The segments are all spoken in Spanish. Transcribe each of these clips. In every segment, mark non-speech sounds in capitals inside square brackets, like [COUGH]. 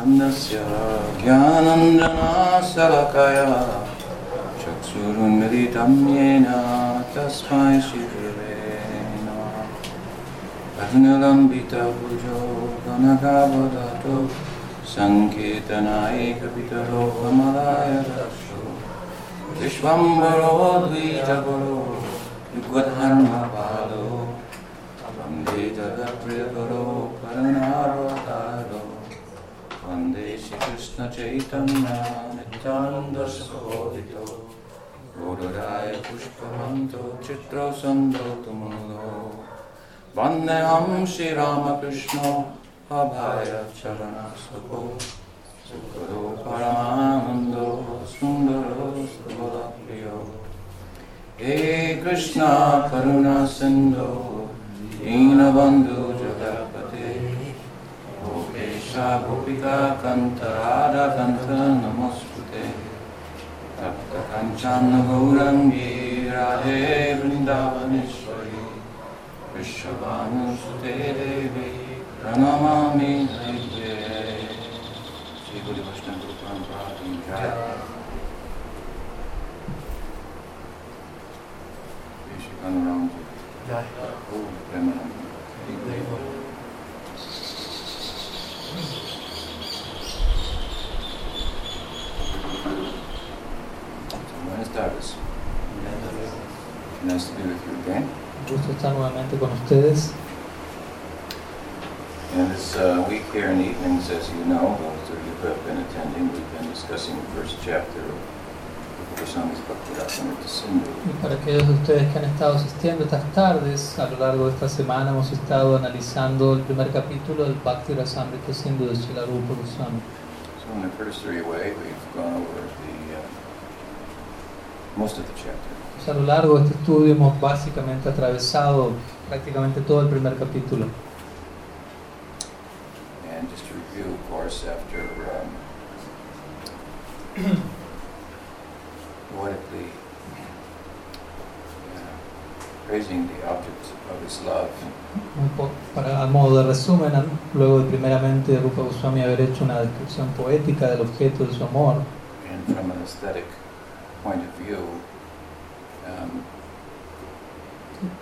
अन्नस्य ज्ञानञ्जनाशलकया चक्षुरुन्मिलितं येन तस्मै श्रीगुरवे नमः भग्नलम्बितभुजो गणकावदतो सङ्केतनाय कपितलो कमलाय दक्षो विश्वम्भरो द्विजगुरो युगधर्मपालो वन्दे जगत्प्रियगुरो करुणावतारो वन्दे श्रीकृष्णचैतन्यानित्यानन्दसहोदितो गोरुराय पुष्पवन्तो चित्रसन्दोतुमुदो वन्देऽहं श्रीरामकृष्णो अभायचरणसुखो सुखदो परमानन्दो सुन्दरो सुबलप्रियो हे कृष्ण करुणा सिन्धो दीनबन्धु जगत्पते गोपेशा गोपिका कन्त राधाकन्त नमस्कृते तप्तकञ्चान्न गौरङ्गी राधे वृन्दावनेश्वरी विश्वभानुसुते देवी प्रणमामि हरिद्वे श्री गुरु वैष्णव गुरु परंपरा की जय श्री श्री कानूराम जी ओ प्रेमानंद Buenas tardes. Nice to be with you again. Un gusto estar nuevamente con ustedes. And this uh, week here in evenings, as you know, those of you who have been attending, we've been discussing the first chapter of Goswami's Bhaktivedanta Sindhu. Y para aquellos de ustedes que han estado asistiendo estas tardes, a lo largo de esta semana hemos estado analizando el primer capítulo del Bhakti Rasamrita Sindhu de Srila Rupa Goswami. So in the first three way, we've gone over the uh, most of the chapter. Pues a lo largo de este estudio hemos básicamente atravesado prácticamente todo el primer capítulo. And just to review, of course, after um, [CLEARS THROAT] what if the uh, praising the object of his love Un po- para, a modo de resumen, an- luego de primeramente Rupa Goswami haber hecho una descripción poética del objeto de su amor, And from an aesthetic point of view, um,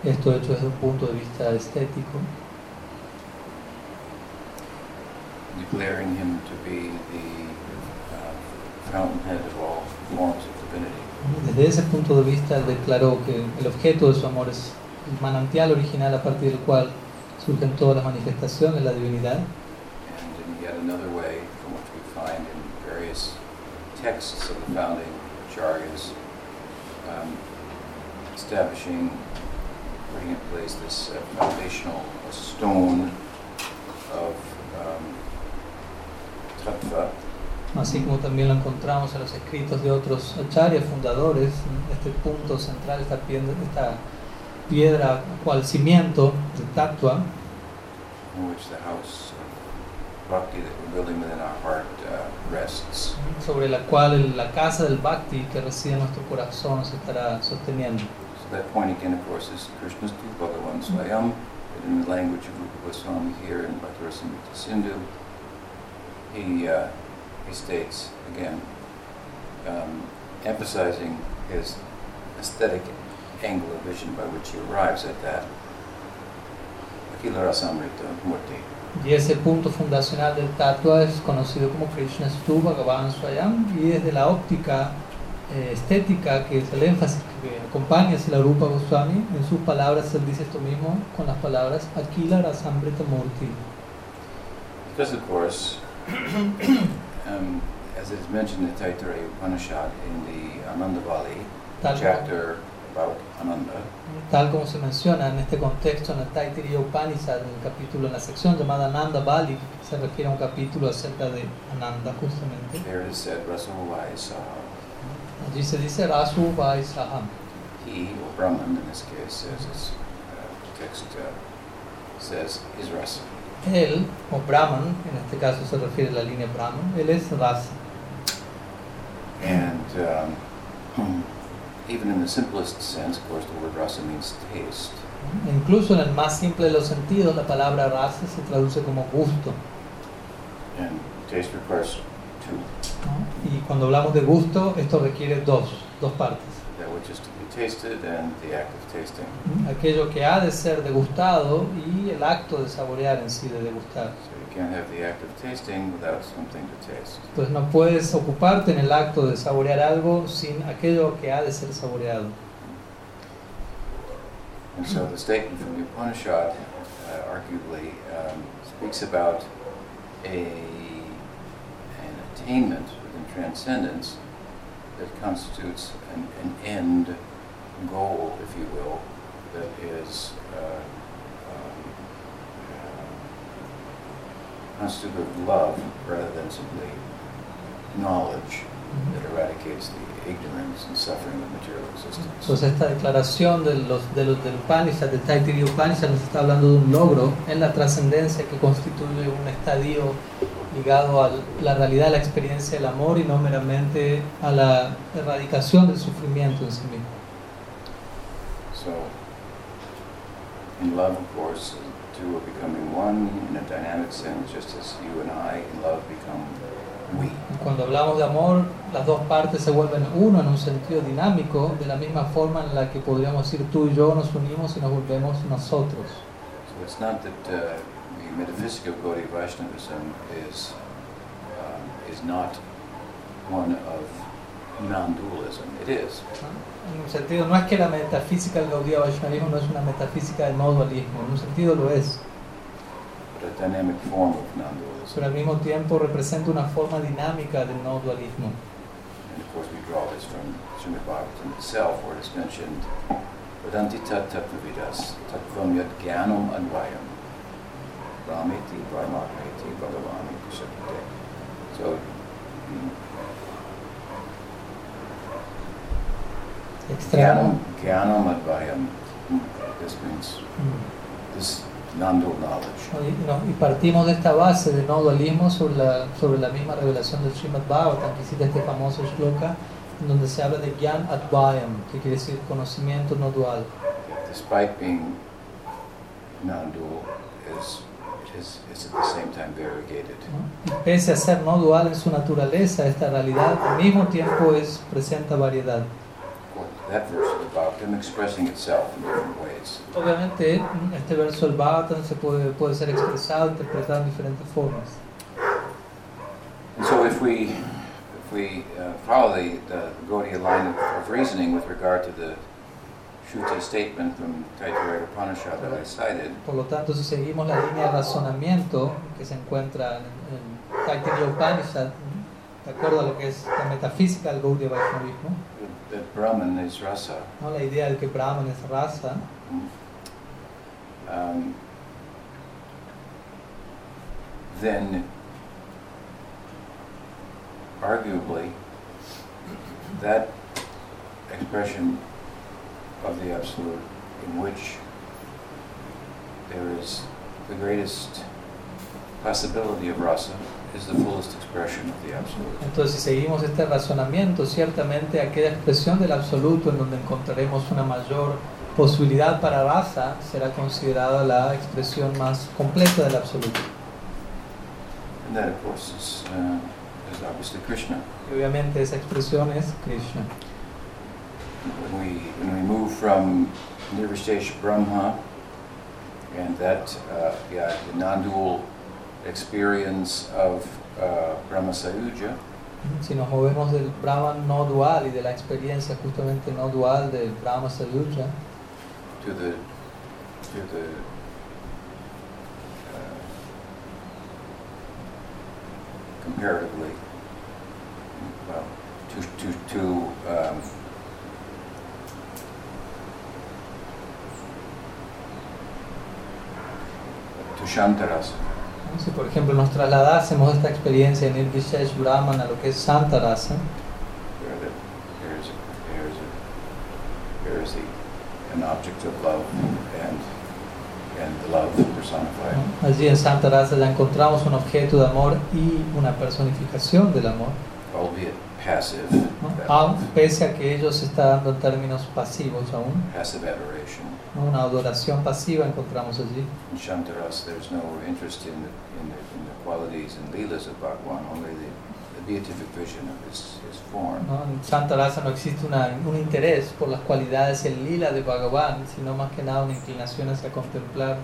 esto hecho desde un punto de vista estético, declaring him to be the uh, fountainhead of all forms of divinity. Desde ese punto de vista él declaró que el objeto de su amor es el manantial original a partir del cual surgen todas las manifestaciones de la divinidad And in yet another way, from which we find in various texts of the founding acharyas, um, establishing, putting in place this uh, foundational stone of um, tattva, así como también lo encontramos en los escritos de otros acharyas fundadores este punto central esta piedra, esta piedra cual cimiento de tatua in which the house of bhakti that we're building within our heart uh, rests. sobre la cual el- la casa del bhakti que reside en nuestro corazón se estará sosteniendo So that point again, of course, is Krishna's tu Bhagavan Swayam, that in the language of Rupa Goswami here in Bhaktarasamrita Sindhu, he, uh, he states again, um, emphasizing his aesthetic angle of vision by which he arrives at that. Akila Rasamrita Murti. Y ese punto fundacional del tatua es conocido como Krishna Stu Bhagavan Swayam y es de la óptica eh, estética que es el énfasis que acompaña a la Rupa Goswami. En sus palabras él dice esto mismo con las palabras Akila Rasamrita Murti. Because, of course, um, as is mentioned in the Taittiriya Upanishad in the Anandavali Tal, chapter about Ananda, tal como se menciona en este contexto en el Taittiriya Upanishad, en el capítulo, en la sección llamada Ananda Bali, se refiere a un capítulo acerca de Ananda justamente. There it is said, uh, Rasavaisa, Allí se dice Rasu Vai Saham. he or Brahman in this case says, is, uh, text uh, says, is Rasa. Él, o Brahman, en este caso se refiere a la línea Brahman, él es Rasa. And um, [CLEARS THROAT] even in the simplest sense, of course, the word Rasa means taste. E Incluso en el más simple de los sentidos, la palabra Rasa se traduce como gusto. And Taste requires two. ¿no? Y cuando hablamos de gusto, esto requiere dos, dos partes. That which is to be tasted and the act of tasting. ¿Mm? Aquello que ha de ser degustado y el acto de saborear en sí, de degustar. So you can't have the act of tasting without something to taste. Entonces no puedes ocuparte en el acto de saborear algo sin aquello que ha de ser saboreado. And so the statement from the Upanishad uh, arguably um, speaks about a, an attainment within transcendence that constitutes an, an end goal, if you will, that is uh, um, uh, constituted of love rather than simply knowledge that eradicates the ignorance and suffering of material existence. Entonces esta declaración de los, de los del Upanishad, del Taitiri Upanishad, nos está hablando de un logro en la trascendencia que constituye un estadio ligado a la realidad, a la experiencia del amor y no meramente a la erradicación del sufrimiento en sí mismo. So, in love, of course, the two are becoming one in a dynamic sense, just as you and I in love become we. Y Cuando hablamos de amor, las dos partes se vuelven uno en un sentido dinámico, de la misma forma en la que podríamos decir tú y yo nos unimos y nos volvemos nosotros. So it's not that uh, the metaphysic of Gaudiya Vaishnavism is, um, is not one of non-dualism. It is. ¿no? En un sentido, no es que la metafísica del Gaudiya Vaishnavismo no es una metafísica del no dualismo, en un sentido lo es, but a dynamic form of non-dualism. pero al mismo tiempo representa una forma dinámica del no dualismo. And of course, we draw this from Srimad Bhagavatam itself, where it's mentioned, Vedanti tat tattvavidas, tattvam yad gyanam advayam, brahmeti brahmahmeti bhagavami kusapite. So, mm, Extraño. gyanam, gyanam advayam, mm, this means this non-dual knowledge. ¿no? Y, no, y partimos de esta base de no dualismo sobre la, sobre la misma revelación del Srimad Bhagavatam, que cita este famoso shloka, en donde se habla de Gyan Advayam, que quiere decir conocimiento no dual. despite being non-dual, is, is, is at the same time variegated. ¿no? Y pese a ser no dual en su naturaleza, esta realidad al mismo tiempo es, presenta variedad. Well, That verse is about them expressing itself in different ways. Obviamente, este verso del Bhagavatam se puede, puede ser expresado, interpretado en diferentes formas. And so if we, if we uh, follow the, the Gaudiya line of, of reasoning with regard to the Shuti statement from Taittiriya Upanishad that I cited, Por lo tanto, si seguimos la línea de razonamiento que se encuentra en, en Taittiriya Upanishad, de acuerdo a lo que es la metafísica del Gaudiya Vaishnavismo, that- that Brahman is rasa, ¿no? la idea de que Brahman es raza, um, then arguably that expression of the absolute in which there is the greatest possibility of rasa is the fullest expression of the absolute. entonces si seguimos este razonamiento, ciertamente aquella expresión del absoluto en donde encontraremos una mayor posibilidad para raza será considerada la expresión más completa del absoluto. And that, of course, is, uh, is obviously Krishna. Y obviamente esa expresión es Krishna. when we, when we move from Nirvishesh Brahma and that uh, yeah, the non-dual experience of uh, Brahma Sayuja Si nos movemos del Brahman no dual y de la experiencia justamente no dual del Brahma Saluja, to the to the uh, comparatively well to to to um, to Shantarasa. ¿no? si por ejemplo nos trasladásemos esta experiencia en el Vishesh Brahman a lo que es Santa Rasa, There the, there's, there's, there's the, an object of love and, and the love personified. ¿no? allí en Santa Rasa ya encontramos un objeto de amor y una personificación del amor. albeit passive, ¿no? that Aun- pese a que ellos se está dando en términos pasivos aún. passive adoration. ¿no? Una adoración pasiva encontramos allí. In Shantaras, there's no interest in the, in the, in the qualities and leelas of Bhagwan, only the, the beatific vision of his, his form. ¿no? En Santa Rasa no existe una- un interés por las cualidades en lila de Bhagavan, sino más que nada una inclinación hacia contemplar,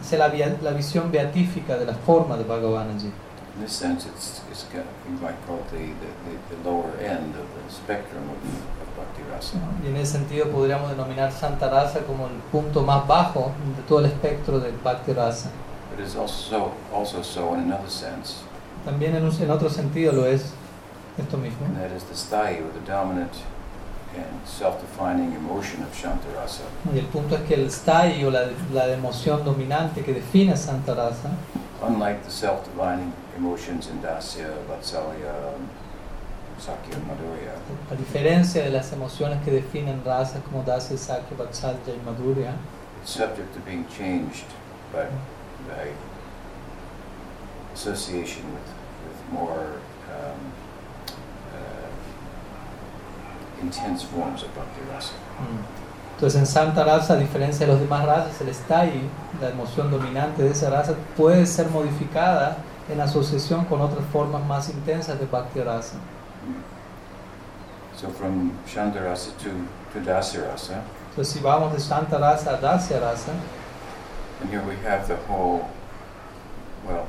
hacia la, via- la visión beatífica de la forma de Bhagavan allí. In this sense, it's, it's kind of, you might call it the, the, the, the lower end of the spectrum of, of Bhakti Rasa. ¿no? Y en ese sentido podríamos denominar Santa Rasa como el punto más bajo de todo el espectro de Bhakti Rasa. But it's also, also so in another sense, También en, un- en otro sentido lo es esto mismo. and that is the sthayi, or the dominant and self-defining emotion of Shantarasa, Y el punto es que el sthayi o la, la emoción dominante que define Santa Rasa, unlike the self-defining emotions in Dasya, Vatsalya, Sakya, Madhurya. a diferencia de las emociones que definen razas como Dasya, Sakya, Vatsalya y Madhurya, It's subject to being changed by, by association with, with more um, uh, intense forms of bhakti rasa. Mm. Entonces en Santa Raza, a diferencia de los demás razas, el sthayi, la emoción dominante de esa raza, puede ser modificada en asociación con otras formas más intensas de Bhakti Rasa. So from Shantarasa to, to Dasarasa, Entonces si vamos de Santa Raza a Dasya Rasa, and here we have the whole, well,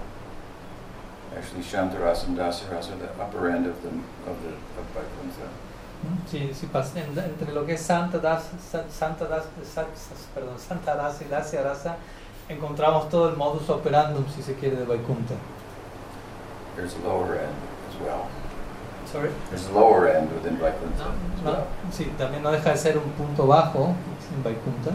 actually Shantarasa and Dasarasa, the upper end of the, of the, of Vaikuntha. ¿no? si, si pas- en- entre lo que es Santa Rasa, Santa Rasa, Sa- Sa- perdón, Santa Rasa y Dasya Rasa, encontramos todo el modus operandum, si se quiere, de Vaikuntha. There's a lower end as well. Sorry. There's a lower end within Vaikuntha as No, well. sí, también no deja de ser un punto bajo en Vaikuntha.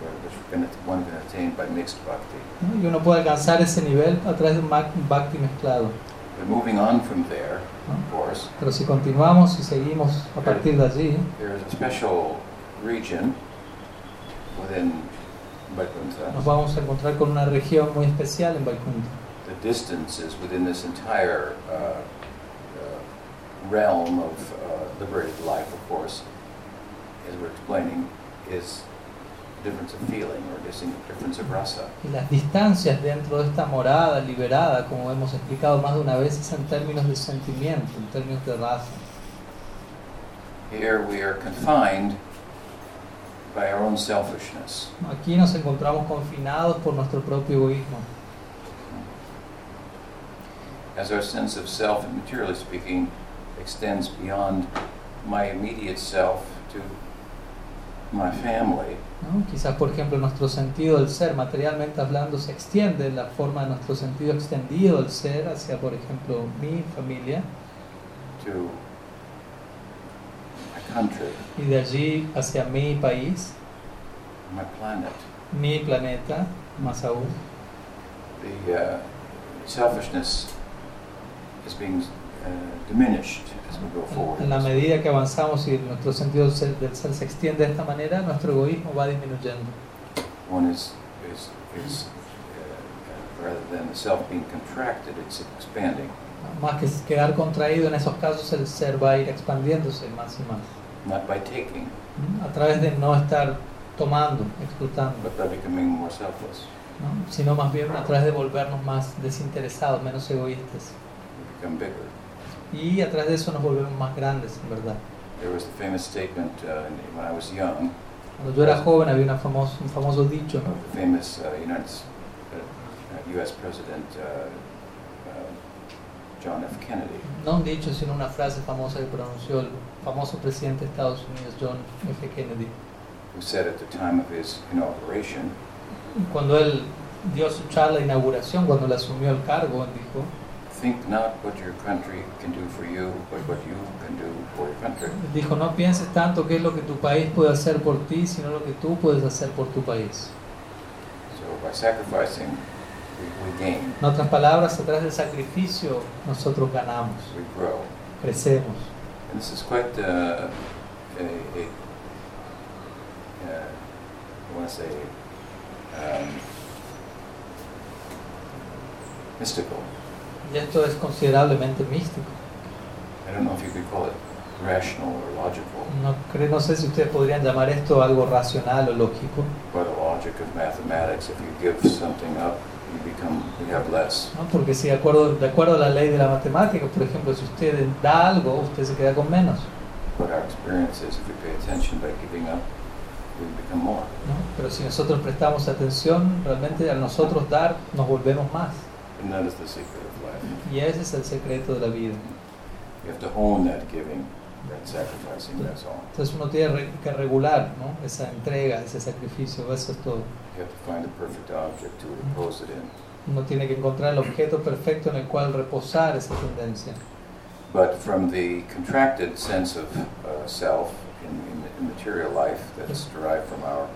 where which can, one can attain by mixed bhakti. ¿no? Y uno puede alcanzar ese nivel a través de un ma- un bhakti mezclado. But moving on from there, of ¿no? course, Pero si continuamos y seguimos a partir de allí, there is a special region within nos Vaikuntha. vamos a encontrar con una región muy especial en Vaikuntha. The distances within this entire uh, uh, realm of uh, liberated life, of course, as we're explaining, is difference of feeling or dissing- difference of rasa. Y las distancias dentro de esta morada liberada, como hemos explicado más de una vez, es en términos de sentimiento, en términos de raza. Here we are confined by our own selfishness. Aquí nos encontramos confinados por nuestro propio egoísmo. as our sense of self, and materially speaking, extends beyond my immediate self to my family, ¿no? Quizás, por ejemplo, nuestro sentido del ser, materialmente hablando, se extiende, la forma de nuestro sentido extendido del ser hacia, por ejemplo, mi familia, to my country, y de allí hacia mi país, my planet. mi planeta, más aún. The uh, selfishness is being uh, diminished as we go forward. En la medida que avanzamos y nuestro sentido del ser, del ser se extiende de esta manera, nuestro egoísmo va disminuyendo. One is, is, is uh, rather than the self being contracted, it's expanding. Más que quedar contraído en esos casos, el ser va a ir expandiéndose más y más. Not by taking, ¿no? A través de no estar tomando, explotando, but by becoming more selfless. ¿no? sino más bien a través de volvernos más desinteresados, menos egoístas. We become bigger. Y a través de eso nos volvemos más grandes, en verdad. There was the famous statement uh, when I was young Cuando yo era joven había una famos- un famoso dicho, ¿no? of the famous uh, United S- uh, uh, U.S. President uh, uh, John F. Kennedy. no un dicho, sino una frase famosa que pronunció el famoso presidente de Estados Unidos, John F. Kennedy. Who said at the time of his inauguration, Cuando él dio su charla de inauguración, cuando le asumió el cargo, él dijo, "Think not what your country can do for you, but what you can do for your country." él dijo, no pienses tanto qué es lo que tu país puede hacer por ti, sino lo que tú puedes hacer por tu país. So by sacrificing, we, we gain, En otras palabras, atrás del sacrificio nosotros ganamos, we grow, crecemos. and this is quite uh, a, a uh, I want to say um, mystical. Y esto es considerablemente místico. I don't know if you could call it rational or logical, No, creo, no sé si ustedes podrían llamar esto algo racional o lógico. by the logic of mathematics. If you give something up, you become, you have less. ¿no? Porque si de acuerdo, de acuerdo a la ley de la matemática, por ejemplo, si usted da algo, usted se queda con menos. But our experience is if we pay attention by giving up, we become more. ¿no? Pero si nosotros prestamos atención, realmente a nosotros dar nos volvemos más. And that is the secret of life. Y ese es el secreto de la vida. You have to hone that giving, that sacrificing, that's all. Entonces uno tiene re- que regular ¿no? esa entrega, ese sacrificio, eso es todo. You have to find the perfect object to repose it in. Uno tiene que encontrar el objeto perfecto en el cual reposar esa tendencia. But from the contracted sense of uh, self in, in, in material life that is derived from our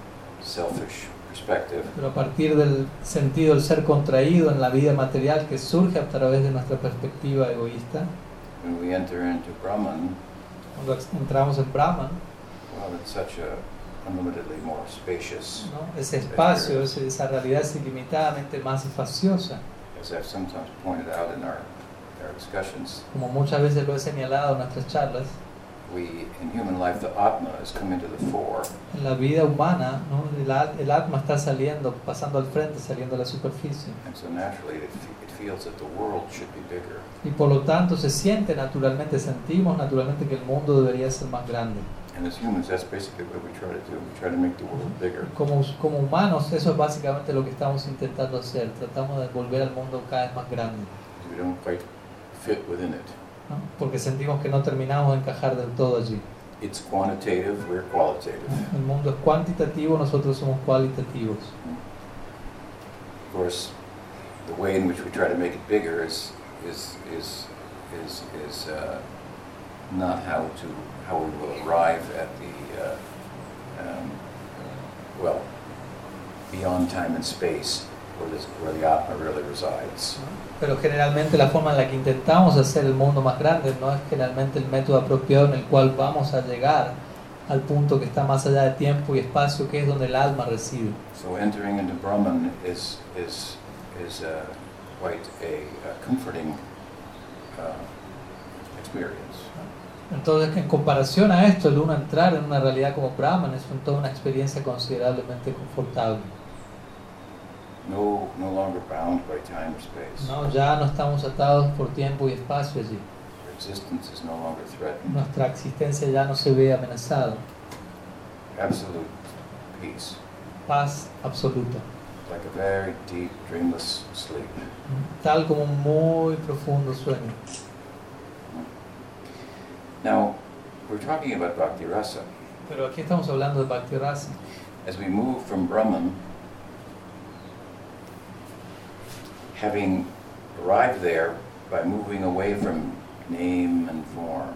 selfish perspective, Pero a partir del sentido del ser contraído en la vida material que surge a través de nuestra perspectiva egoísta, when we enter into Brahman, cuando ex- entramos en Brahman, well, it's such a unlimitedly more spacious, ¿no? ese espacio, ese- esa realidad es ilimitadamente más fastidiosa. as I've sometimes pointed out in our, our discussions. Como muchas veces lo he señalado en nuestras charlas, We, in human life, the Atma has come into the fore, en la vida humana ¿no? el, a- el atma está saliendo, pasando al frente, saliendo a la superficie. and so naturally it, fe- it feels that the world should be bigger. Y por lo tanto se siente naturalmente, sentimos naturalmente que el mundo debería ser más grande. And as humans, that's basically what we try to do. We try to make the world bigger. Como, como humanos eso es básicamente lo que estamos intentando hacer, tratamos de volver al mundo cada vez más grande, We don't quite fit within it. ¿no? porque sentimos que no terminamos de encajar del todo allí. It's quantitative, we're qualitative. El mundo es cuantitativo, nosotros somos cualitativos. Of course, the way in which we try to make it bigger is is is is is uh, not how to how we will arrive at the uh, um, uh, well beyond time and space where this, where the atma really resides. Pero generalmente la forma en la que intentamos hacer el mundo más grande no es generalmente el método apropiado en el cual vamos a llegar al punto que está más allá de tiempo y espacio, que es donde el alma reside. So entering into Brahman is is is uh, quite a, uh comforting uh, experience. Entonces, en comparación a esto, el uno entrar en una realidad como Brahman es un- toda una experiencia considerablemente confortable. No no longer bound by time or space. ¿no? Ya no estamos atados por tiempo y espacio allí. Your existence is no longer threatened. Nuestra existencia ya no se ve amenazada. Absolute peace, Paz absoluta. like a very deep, dreamless sleep. Tal como un muy profundo sueño. Now, we're talking about bhakti rasa. Pero aquí estamos hablando de Bhakti Rasa. As we move from Brahman, having arrived there by moving away from name and form,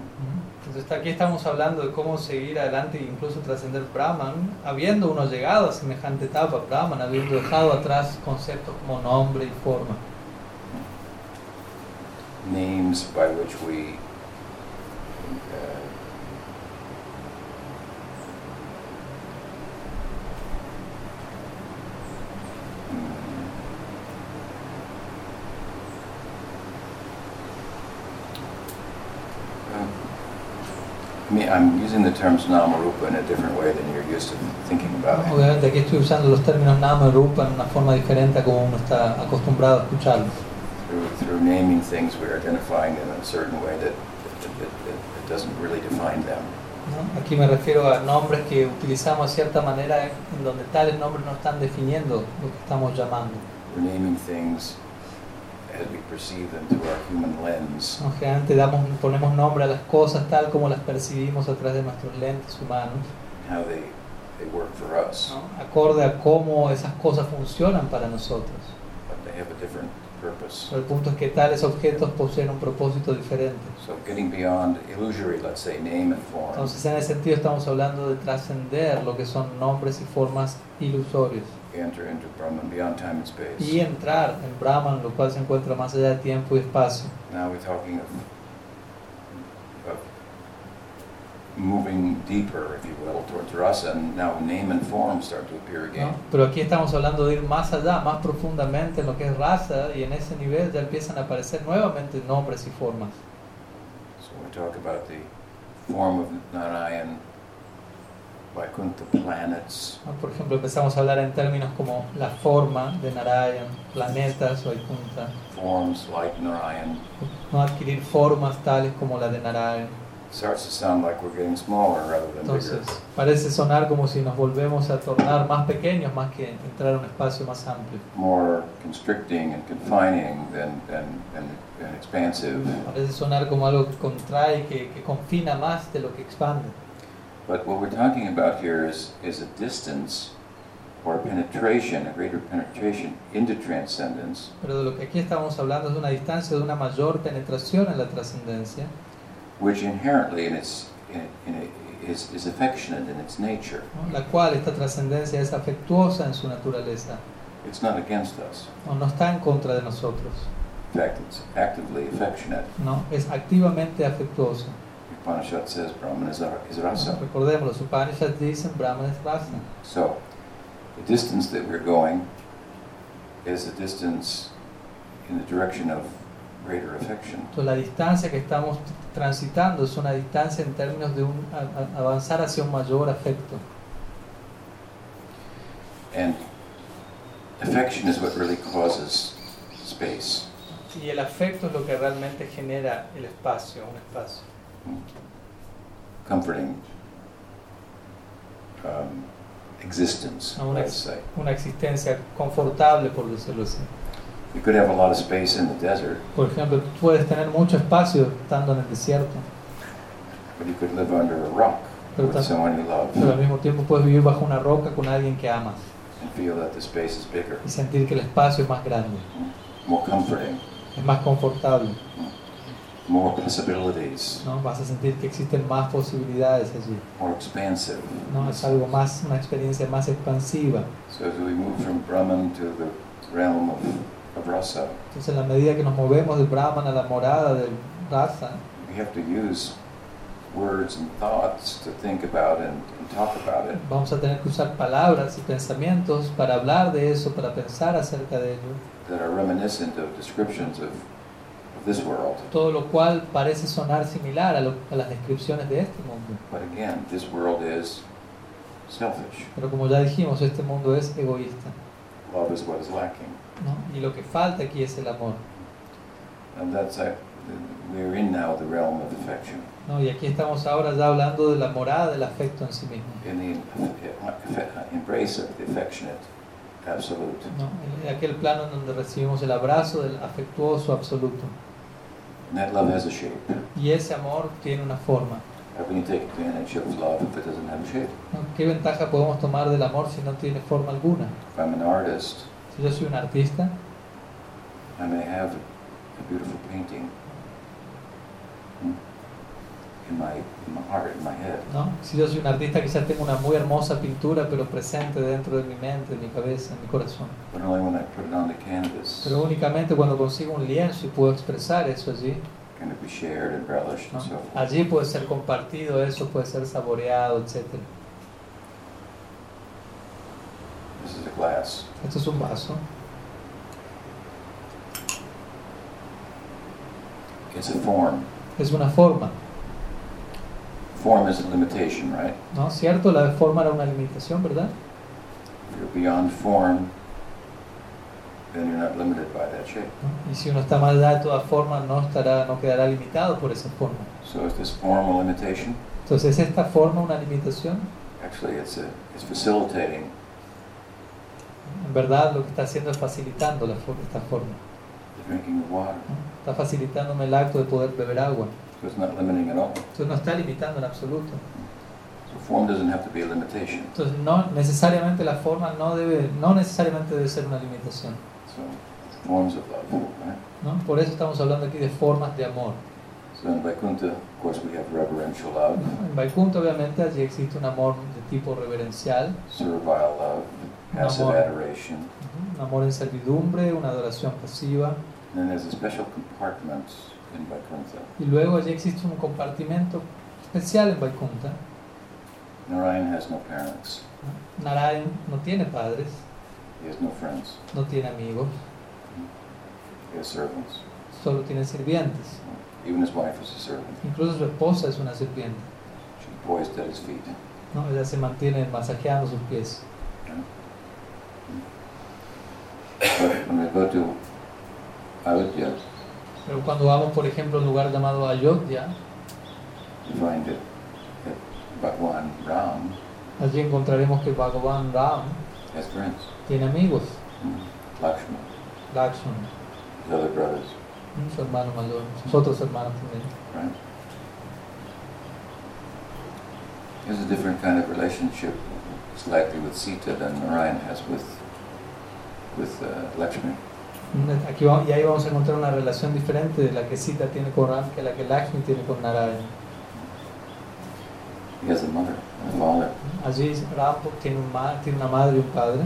Entonces está- aquí estamos hablando de cómo seguir adelante e incluso trascender Brahman, habiendo uno llegado a semejante etapa, Brahman, habiendo dejado atrás conceptos como nombre y forma, names by which we uh, mm, um, I mean, uh, I'm using the terms nama rupa in a different way than you're used to thinking about it. Obviamente aquí estoy usando los términos nama y rupa en una forma diferente a como uno está acostumbrado a escucharlos. Through, through naming things, we're identifying them in a certain way that, that, that, that- that doesn't really define them. ¿no? Aquí me refiero a nombres que utilizamos de cierta manera en donde tales nombres no están definiendo lo que estamos llamando. We're naming things as we perceive them through our human lens. ¿no? Generalmente damos, ponemos nombre a las cosas tal como las percibimos a través de nuestros lentes humanos. how they, they work for us, ¿no? acorde a cómo esas cosas funcionan para nosotros. but they have a different purpose. Pero el punto es que tales objetos poseen un propósito diferente. So getting beyond illusory, let's say, name and form, Entonces, en ese sentido, estamos hablando de trascender lo que son nombres y formas ilusorios we enter into Brahman beyond time and y space. entrar en Brahman, lo cual se encuentra más allá de tiempo y espacio. Now we're talking of, of moving deeper, if you will, towards rasa, and now name and form start to appear ¿no? again. Pero aquí estamos hablando de ir más allá, más profundamente en lo que es raza, y en ese nivel ya empiezan a aparecer nuevamente nombres y formas. So we talk about the form of Narayan, Vaikuntha planets, ¿no? Por ejemplo, empezamos a hablar en términos como la forma de Narayan, planetas o Vaikunta, forms like Narayan. no adquirir formas tales como la de Narayan. Starts to sound like we're getting smaller rather than Entonces, bigger. parece sonar como si nos volvemos a tornar más pequeños más que entrar a un espacio más amplio. More constricting and confining than, than, than, than expansive. Parece sonar como algo que contrae, que, que confina más de lo que expande. But what we're talking about here is, is a distance or a penetration, a greater penetration into transcendence Pero de lo que aquí estamos hablando es de una distancia, de una mayor penetración en la trascendencia, which inherently in its in, in it, is, is affectionate in its nature. ¿no? la cual esta trascendencia es afectuosa en su naturaleza, It's not against us. ¿no? no está en contra de nosotros, In fact, it's actively affectionate. ¿no? es activamente afectuosa. Upanishad says Brahman is, ra- is Recordemos, rasa. Recordemos, los Upanishads dicen Brahman es raza. So, the distance that we're going is a distance in the direction of greater affection. Entonces, la distancia que estamos transitando es una distancia en términos de un, a- a- avanzar hacia un mayor afecto. And affection is what really causes space. Y el afecto es lo que realmente genera el espacio, un espacio. comforting um, existence, Oh, let's that's- say. Una existencia confortable, por decirlo así. You could have a lot of space in the desert, Por ejemplo, tú puedes tener mucho espacio estando en el desierto, but you could live under a rock Pero with tam- someone you love pero al mismo tiempo puedes vivir bajo una roca con alguien que amas and feel that the space is bigger, y sentir que el espacio es más grande, more comforting, es más confortable. more possibilities, ¿no? Vas a sentir que existen más posibilidades allí. more expansive. ¿no? Es algo más, una experiencia más expansiva. So as we move from Brahman to the realm of, of rasa, Entonces, en la medida que nos movemos del Brahman a la morada del Rasa, we have to use words and thoughts to think about and, and talk about it. vamos a tener que usar palabras y pensamientos para hablar de eso, para pensar acerca de ello. that are reminiscent of descriptions of, of this world. Todo lo cual parece sonar similar a, lo- a las descripciones de este mundo. But again, this world is selfish. Pero como ya dijimos, este mundo es egoísta. Love is what is lacking. ¿no? Y lo que falta aquí es el amor. And that's, uh, we're in now the realm of affection. ¿no? Y aquí estamos ahora ya hablando de la morada del afecto en sí mismo. In the [LAUGHS] embrace of the affectionate absolute. ¿no? En aquel plano en donde recibimos el abrazo del afectuoso absoluto. And that love has a shape. Y ese amor tiene una forma. How can you take advantage of love if it doesn't have a shape? ¿no? ¿Qué ventaja podemos tomar del amor si no tiene forma alguna? If I'm an artist, Si yo soy un artista, I may have a beautiful painting hmm, in my, in my heart, in my head. ¿no? Si yo soy un artista, quizás tengo una muy hermosa pintura, pero presente dentro de mi mente, de mi cabeza, de mi corazón. But only when I put it on the canvas Pero únicamente cuando consigo un lienzo y puedo expresar eso allí, can it be shared and relished ¿no? and so forth. allí puede ser compartido, eso puede ser saboreado, etc. This is a glass. Esto es un vaso, It's a form. es una forma, Form is a limitation, right? ¿no? ¿Cierto? La forma era una limitación, ¿verdad? If you're beyond form, then you're not limited by that shape. ¿No? Y si uno está más allá de toda forma, no, estará, no quedará limitado por esa forma. So is this form a limitation? Entonces, ¿es esta forma una limitación? Actually, it's a, it's facilitating En verdad, lo que está haciendo es facilitando la for- esta forma. the drinking of water. ¿no? Está facilitándome el acto de poder beber agua. So it's not limiting at all. Entonces no está limitando en absoluto. So form doesn't have to be a limitation. Entonces no necesariamente la forma no debe, no necesariamente debe ser una limitación. So forms of love, right? ¿no? Por eso estamos hablando aquí de formas de amor. So in Vaikuntha, of course, we have reverential love, ¿no? En Vaikunta obviamente allí existe un amor de tipo reverencial, servile love, passive Amor. adoration. ¿no? un amor en servidumbre, una adoración pasiva. And then there's a special compartment in Vaikuntha. Y luego allí existe un compartimento especial en Vaikunta. Narayan has no parents. ¿no? Narayan no tiene padres, He has no friends. no tiene amigos, He has servants. solo tiene sirvientes. Even his wife is a servant. Incluso su esposa es una sirviente. She poised at his feet. ¿no? Ella se mantiene masajeando sus pies. But when we go to Ayodhya, Pero cuando vamos, por ejemplo, a un lugar llamado Ayodhya, we find that, that Bhagwan Ram allí encontraremos que Bhagavan Ram has friends. tiene amigos. Lakshman, Lakshman, his other brothers, su hermano mayor, sus otros hermanos también. right? There's a different kind of relationship, it's likely with Sita than Narayan has with with uh, Lakshmi. Aquí va- y ahí vamos a encontrar una relación diferente de la que Sita tiene con Ram que la que Lakshmi tiene con Narayana. He has a mother and a father. Allí Ram tiene, un ma- tiene una madre y un padre.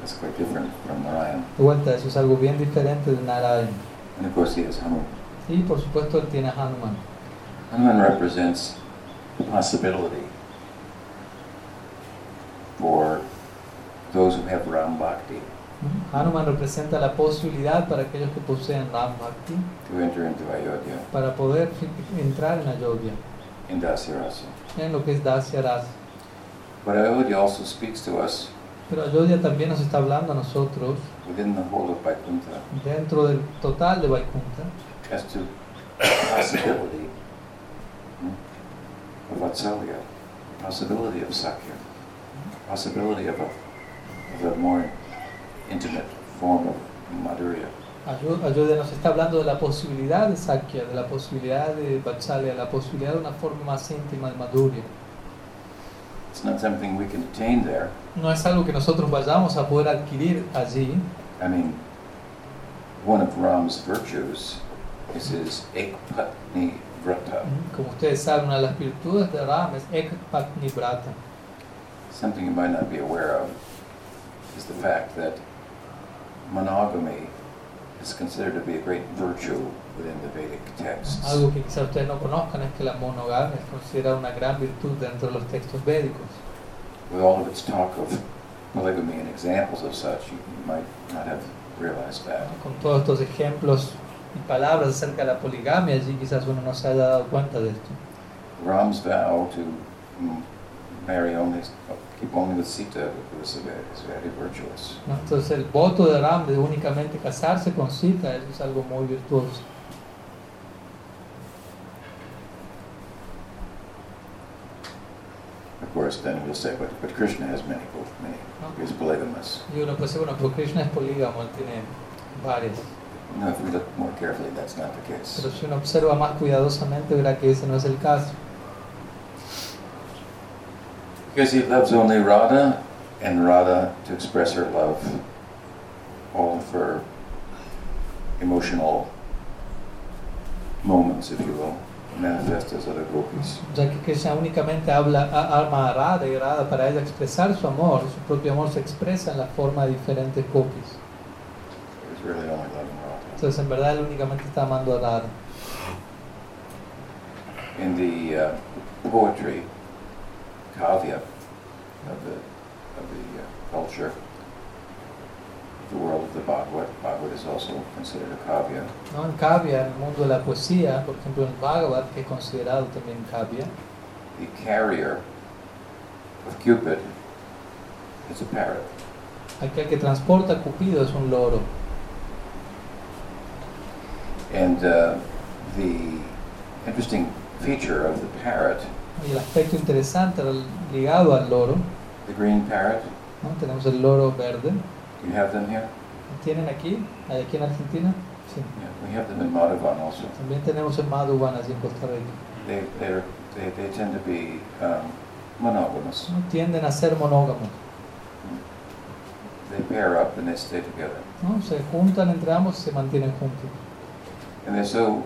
That's quite different from Narayan. De vuelta, eso es algo bien diferente de Narayana. And of course, he has Hanuman. Y por supuesto él tiene a Hanuman. Hanuman represents the possibility for those who have Ram Bhakti Hanuman representa la posibilidad para aquellos que poseen Ram Bhakti to enter into Ayodhya para poder fi- entrar en Ayodhya, in Dasirasa. en lo que es Dasya Rasa. But Ayodhya also speaks to us Pero Ayodhya también nos está hablando a nosotros within the whole of Vaikuntha dentro del total de Vaikunta as to the possibility hmm, of Vatsalya, possibility of Sakya, possibility of a, of a more intimate form of Madhurya. Ayu- Ayodhya nos está hablando de la posibilidad de Sakya, de la posibilidad de Vatsalya, la posibilidad de una forma más íntima de Madhurya. It's not something we can attain there. No es algo que nosotros vayamos a poder adquirir allí. I mean, one of Ram's virtues is his ekpatni vrata, Como ustedes saben, una de las virtudes de Ram es Ekpatni Brata. something you might not be aware of is the fact that monogamy is considered to be a great virtue within the Vedic texts. Algo que quizá ustedes no conozcan es que la monogamia es considerada una gran virtud dentro de los textos védicos. With all of its talk of polygamy and examples of such, you you might not have realized that. Con todos estos ejemplos y palabras acerca de la poligamia, allí quizás uno no se haya dado cuenta de esto. Ram's vow to mm, marry only, keep only with Sita was a- is very virtuous. ¿no? Entonces el voto de Ram de únicamente casarse con Sita, eso es algo muy virtuoso. Of course, then we'll say, but, but Krishna has many, both many. He's polygamous. Y uno puede decir, bueno, pero Krishna es polígamo, él tiene varias. No, if we look more carefully, that's not the case. Pero si uno observa más cuidadosamente, verá que ese no es el caso. Because he loves only Radha, and Radha, to express her love, all of her emotional moments, if you will, manifest as other gopis. Ya que Krishna únicamente habla, a- ama a Radha y Radha para ella expresar su amor, su propio amor se expresa en la forma de diferentes copias. He's really only loving Radha. Entonces en verdad él únicamente está amando a Radha. In the uh, poetry, kavya of the, of the uh, culture, the world of the Bhagavad, Bhagavad is also considered a kavya. ¿no? En Kavya, en el mundo de la poesía, por ejemplo en Bhagavad, que es considerado también Kavya, The carrier of Cupid is a parrot. aquel que transporta a Cupido es un loro. And uh, the interesting feature of the parrot, Y el aspecto interesante al- ligado al loro, the green parrot, ¿no? tenemos el loro verde. do you have them here? ¿Lo ¿Tienen aquí? ¿Hay aquí en Argentina? Sí. Yeah, we have them in Madhavan also. También tenemos el Madhuban allí en Costa Rica. They, they're, they, they tend to be um, monogamous. ¿no? Tienden a ser monógamos. They pair up and they stay together. ¿no? Se juntan entre ambos y se mantienen juntos. And they're so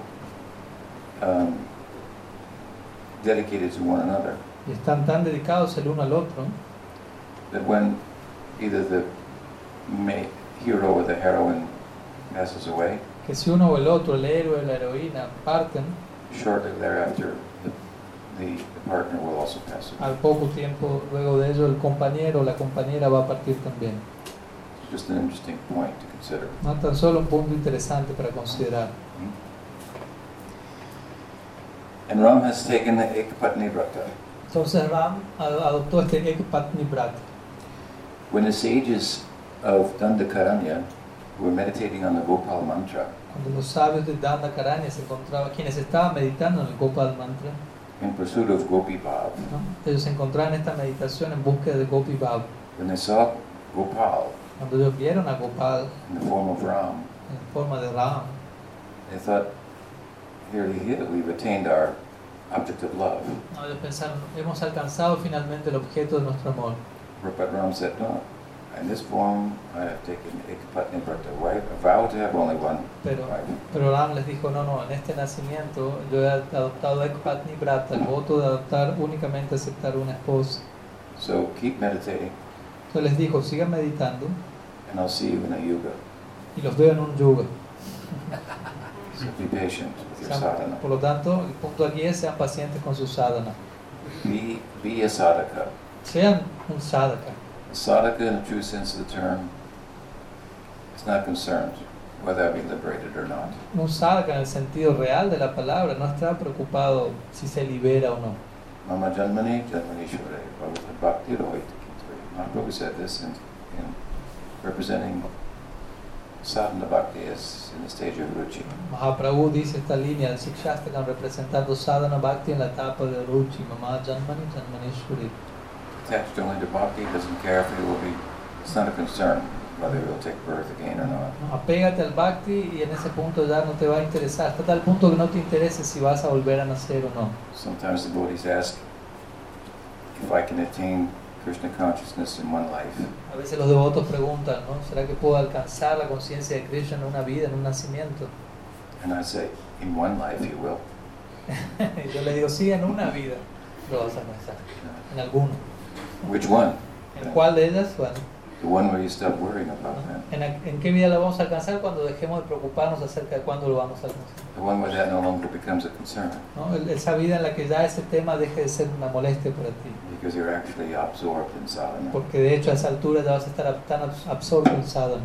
um, dedicated to one another Y están tan dedicados el uno al otro that when either the ma- hero or the heroine passes away, que si uno o el otro, el héroe o la heroína, parten, shortly thereafter the, the, the partner will also pass away. al poco tiempo luego de ello el compañero o la compañera va a partir también. just an interesting point to consider. Hmm? No tan solo un punto interesante para considerar. And Ram has taken the Ekpatni Vrata. Entonces Ram a- adoptó este Ekpatni Brat. When the sages of Dandakaranya were meditating on the Gopal mantra, Cuando los sabios de Dandakaranya se encontraban, quienes estaban meditando en el Gopal Mantra, in pursuit of Gopi Bhav, ¿no? ellos se encontraban en esta meditación en búsqueda de Gopi Bhav. when they saw Gopal Cuando ellos vieron a Gopal in the form of Ram, en forma de Ram, they thought, here he is, we've attained our object of love. ¿no? ellos pensaron, hemos alcanzado finalmente el objeto de nuestro amor. But Ram said, no, in this form I have taken Ekpatni Vrata, wife, a vow to have only one Pero, wife. pero Ram les dijo, no, no, en este nacimiento yo he adoptado Ekpatni Brat, el voto de adoptar únicamente aceptar una esposa. So keep meditating, Entonces les dijo, sigan meditando and I'll see you in a yuga. y los veo en un yuga. So be patient with your Sean- sadhana. por lo tanto, el punto aquí es sean pacientes con su sadhana. Be, be a sadhaka. Sean un sadhaka. A sadhaka, in the true sense of the term, is not concerned whether I be liberated or not. Un sadhaka en el sentido real de la palabra no está preocupado si se libera o no. Mama Janmani, Janmani Shore, Bhagavad Bhakti Rohit Kitri. Mahaprabhu said this in, in representing sadhana bhakti as in the stage of ruchi. Mahaprabhu dice esta línea del Sikshastakam representando sadhana bhakti en la etapa de Ruchi, mamá Janmani Janmaneshwari. Attached only to bhakti, doesn't care if he will be, it's not a concern whether he will take birth again or not. ¿no? Apégate al bhakti y en ese punto ya no te va a interesar, hasta tal punto que no te interese si vas a volver a nacer o no. Sometimes the devotees ask if I can attain Krishna consciousness in one life. A veces los devotos preguntan, ¿no? ¿Será que puedo alcanzar la conciencia de Krishna en una vida, en un nacimiento? [LAUGHS] And I say, in one life you will. Y yo les digo, sí, en una vida lo vas a alcanzar, en alguna. Which one? ¿En cuál de ellas? Bueno, The one where you stop worrying about ¿no? that. ¿En, a- ¿en qué vida la vamos a alcanzar cuando dejemos de preocuparnos acerca de cuándo lo vamos a alcanzar? The one where that no longer becomes a concern ¿no? El- Esa vida en la que ya ese tema deje de ser una molestia para ti. because you're actually absorbed in sadhana Porque de hecho a esa altura ya vas a estar ab- tan abs- absorto en sadhana.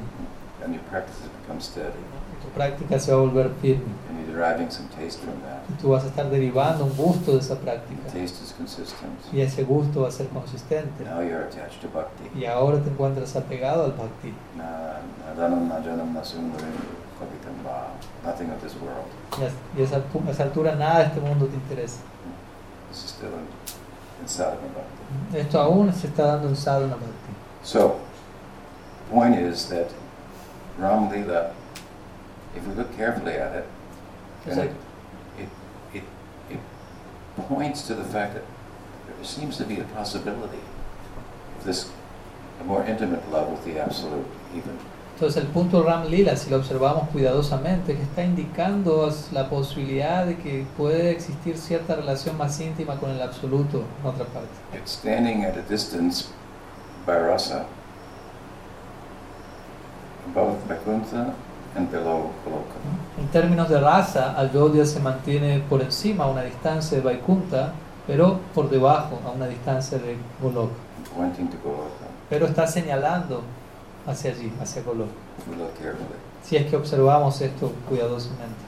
and your practice becomes steady ¿no? Tu práctica se va a volver firme. and you're deriving some taste from that. Y tú vas a estar derivando un gusto de esa The práctica. taste is consistent. Y ese gusto va a ser consistente. Now you're attached to bhakti. Y ahora te encuentras apegado al bhakti. Na- na dhanam, na janam, na sundaram, kavitam va. Nothing of this world. Y a, y a esa, pu- a esa altura nada de este mundo te interesa. This is still in, in sadhana bhakti. Esto aún se está dando en sadhana bhakti. So, the point is that Ram Lila, if we look carefully at it, then Entonces, it, it, it, it points to the fact that there seems to be a possibility of this a more intimate love with the Absolute, even. entonces el punto Ram Lila, si lo observamos cuidadosamente, que está indicando as- la posibilidad de que puede existir cierta relación más íntima con el absoluto, en otra parte. It's standing at a distance by rasa, above Vaikuntha and below Goloka. En términos de raza, Ayodhya se mantiene por encima a una distancia de Vaikunta, pero por debajo a una distancia de Golok. pointing to Goloka. Pero está señalando hacia allí, hacia Golok. If we look carefully, Si es que observamos esto cuidadosamente.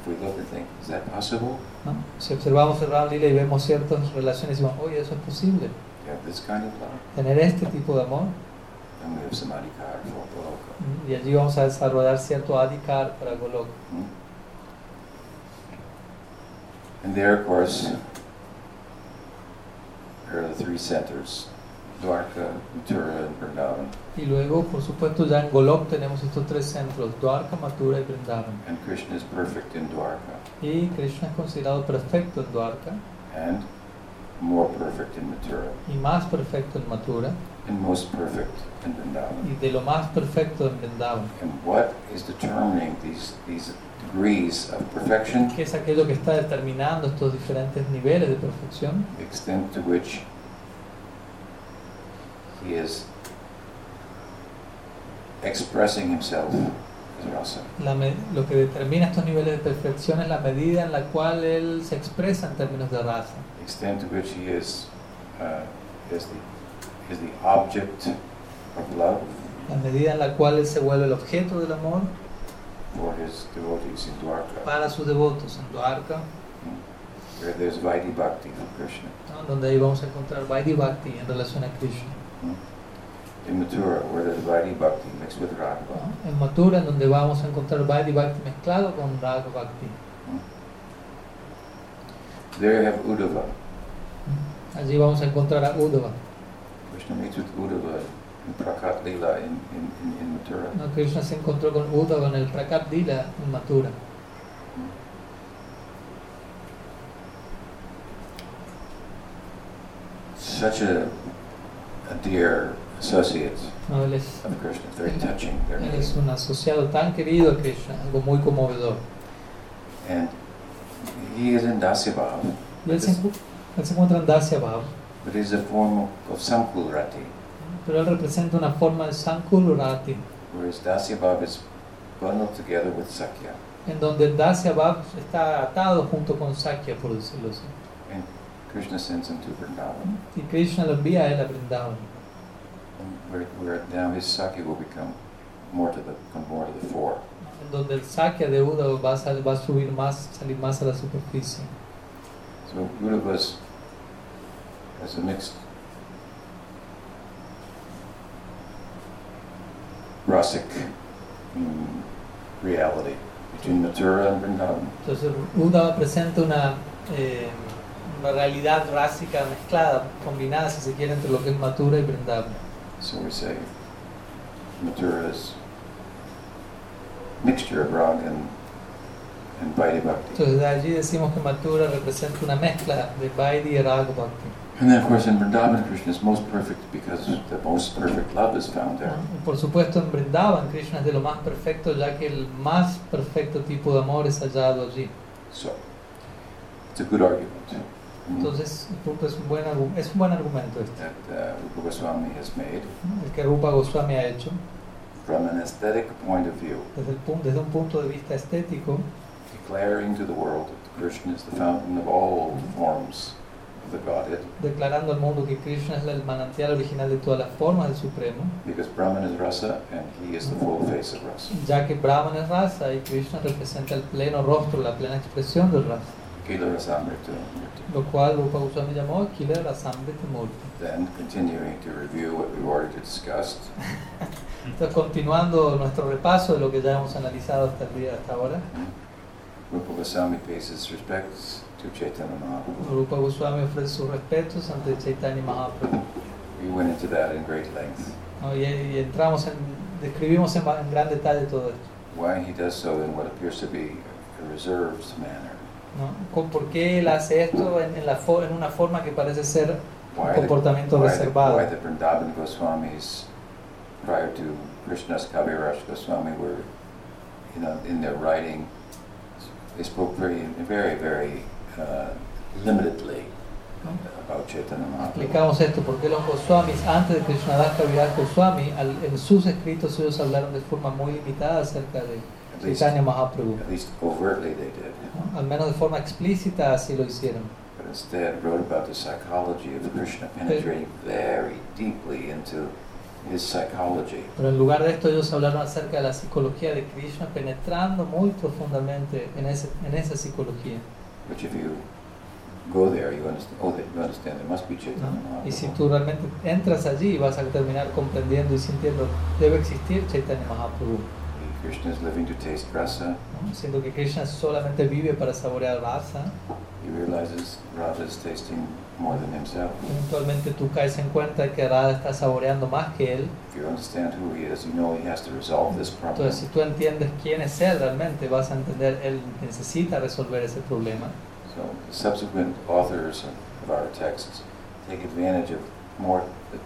if we look and think, is that possible? ¿no? Si observamos el Ram Lila y vemos ciertas relaciones y decimos, oye, eso es posible, We have this kind of love, tener este tipo de amor, and we have samadhi car for Goloka. ¿Mm? y allí vamos a desarrollar cierto adhikar para Golok. Hmm? And there, of course, are the three centers, Dwarka, Mathura, and Vrindavan. Y luego, por supuesto, ya en Golok tenemos estos tres centros, Dwarka, Mathura y Vrindavan. And Krishna is perfect in Dwarka, Y Krishna es considerado perfecto en Dwarka. and more perfect in Mathura, y más perfecto en Mathura and most perfect in Vrindavan. y de lo más perfecto en Vrindavan, And what is determining these, these degrees of perfection? que es aquello que está determinando estos diferentes niveles de perfección, the extent to which he is expressing himself as rasa. la me- lo que determina estos niveles de perfección es la medida en la cual él se expresa en términos de raza, The extent to which he is uh, is the is the object of love la medida en la cual él se vuelve el objeto del amor for his devotees in Dwarka, Hmm? para sus devotos en Dwarka, where there's Vaidhi Bhakti for Krishna. ¿no? donde ahí vamos a encontrar Vaidhi Bhakti en relación a Krishna. In Hmm? Mathura, where there's Vaidhi Bhakti mixed with Radha. ¿no? En Mathura, en donde vamos a encontrar Vaidhi Bhakti mezclado con Raga Bhakti. Hmm? There you have Uddhava. Allí vamos a encontrar a Uddhava. Krishna meets with Uddhava in Prakat Lila in, in, in, in Mathura. ¿no? Krishna se encontró con Uddhava en el Prakat Dila en Mathura. Such a, a dear associate ¿no? Él, es, of Krishna, very touching, their él meeting. es un asociado tan querido a Krishna, algo muy conmovedor. And he is in Dasyabhav, Y él se, encu- él se encuentra en Dasya Bhav, but he's a form of Sankul Rati, pero él representa una forma de Sankulurati, whereas Dasyabhav is bundled together with Sakya. en donde el Dasya Bhav está atado junto con Sakya, por decirlo así. Krishna sends him to Vrindavan, Y Krishna lo envía a él a Vrindavan. and where, where now his Sakya will become more to the, come more to the fore. en donde el saque de Udo va a, sal- va a subir más, salir más a la superficie. So Uddhava's has a mixed rasic mm, reality between Mathura and Vrindavan. Entonces Udo presenta una, eh, una realidad rásica mezclada, combinada si se quiere entre lo que es Matura y Vrindavan. So we say Mathura is mixture of Rag and, and Vaidhi Bhakti. Entonces de allí decimos que Matura representa una mezcla de Vaidhi y Raga Bhakti. And then of course in Vrindavan Krishna is most perfect because the most perfect love is found there. ¿no? Y Por supuesto en Vrindavan Krishna es de lo más perfecto ya que el más perfecto tipo de amor es hallado allí. So it's a good argument mm, Entonces Rupa es un buen, argu- es un buen argumento este, that uh, Rupa Goswami has made ¿no? el que Rupa Goswami ha hecho from an aesthetic point of view, desde, el pu- desde un punto de vista estético. declaring to the world that Krishna is the fountain of all forms of the Godhead declarando al mundo que Krishna es el manantial original de todas las formas del Supremo, because Brahman is Rasa and he is the full face of Rasa. ya que Brahman es raza y Krishna representa el pleno rostro, la plena expresión del raza, Kila Rasamrita Murti. lo cual Rupa Goswami llamó Kila Rasamrita Murti. Then, continuing to review what we've already discussed, Entonces, continuando nuestro repaso de lo que ya hemos analizado hasta el día hasta ahora, Rupa Goswami pays his respects to Chaitanya Mahaprabhu. Rupa Goswami ofrece sus respetos ante Chaitanya Mahaprabhu. We went into that in great length. ¿no? Y, y entramos en, describimos en, va- en gran detalle todo esto. Why he does so in what appears to be a reserved manner. ¿no? Con- ¿Por qué él hace esto en, en la fo- en una forma que parece ser Why the, comportamiento why the, reservado? why the Vrindavan Goswamis prior to Krishnas Kaviraj Goswami were, you know, in their writing, they spoke very, very, very uh, limitedly about Chaitanya Mahaprabhu. Explicamos esto, porque los Goswamis, antes de Krishnadas Kaviraj Goswami, al- en sus escritos ellos hablaron de forma muy limitada acerca de At least, Chaitanya Mahaprabhu, at least overtly they did. ¿no? al menos de forma explícita así lo hicieron, but instead wrote about the psychology of Krishna, penetrating very deeply into his psychology. pero en lugar de esto ellos hablaron acerca de la psicología de Krishna, penetrando muy profundamente en, ese- en esa psicología. Which, if you go there, you understand. Oh, that you understand. There must be ¿no? Chaitanya. Y si Mahaprabhu. tú realmente entras allí, vas a terminar comprendiendo y sintiendo, debe existir Chaitanya Mahaprabhu, Krishna is living to taste rasa. ¿no? siendo que Krishna solamente vive para saborear rasa. He realizes Radha is tasting more than himself. Eventualmente tú caes en cuenta que Radha está saboreando más que él. If you understand who he is, you know he has to resolve this problem. Entonces, si tú entiendes quién es él realmente, vas a entender él necesita resolver ese problema. So the subsequent authors of our texts take advantage of more the,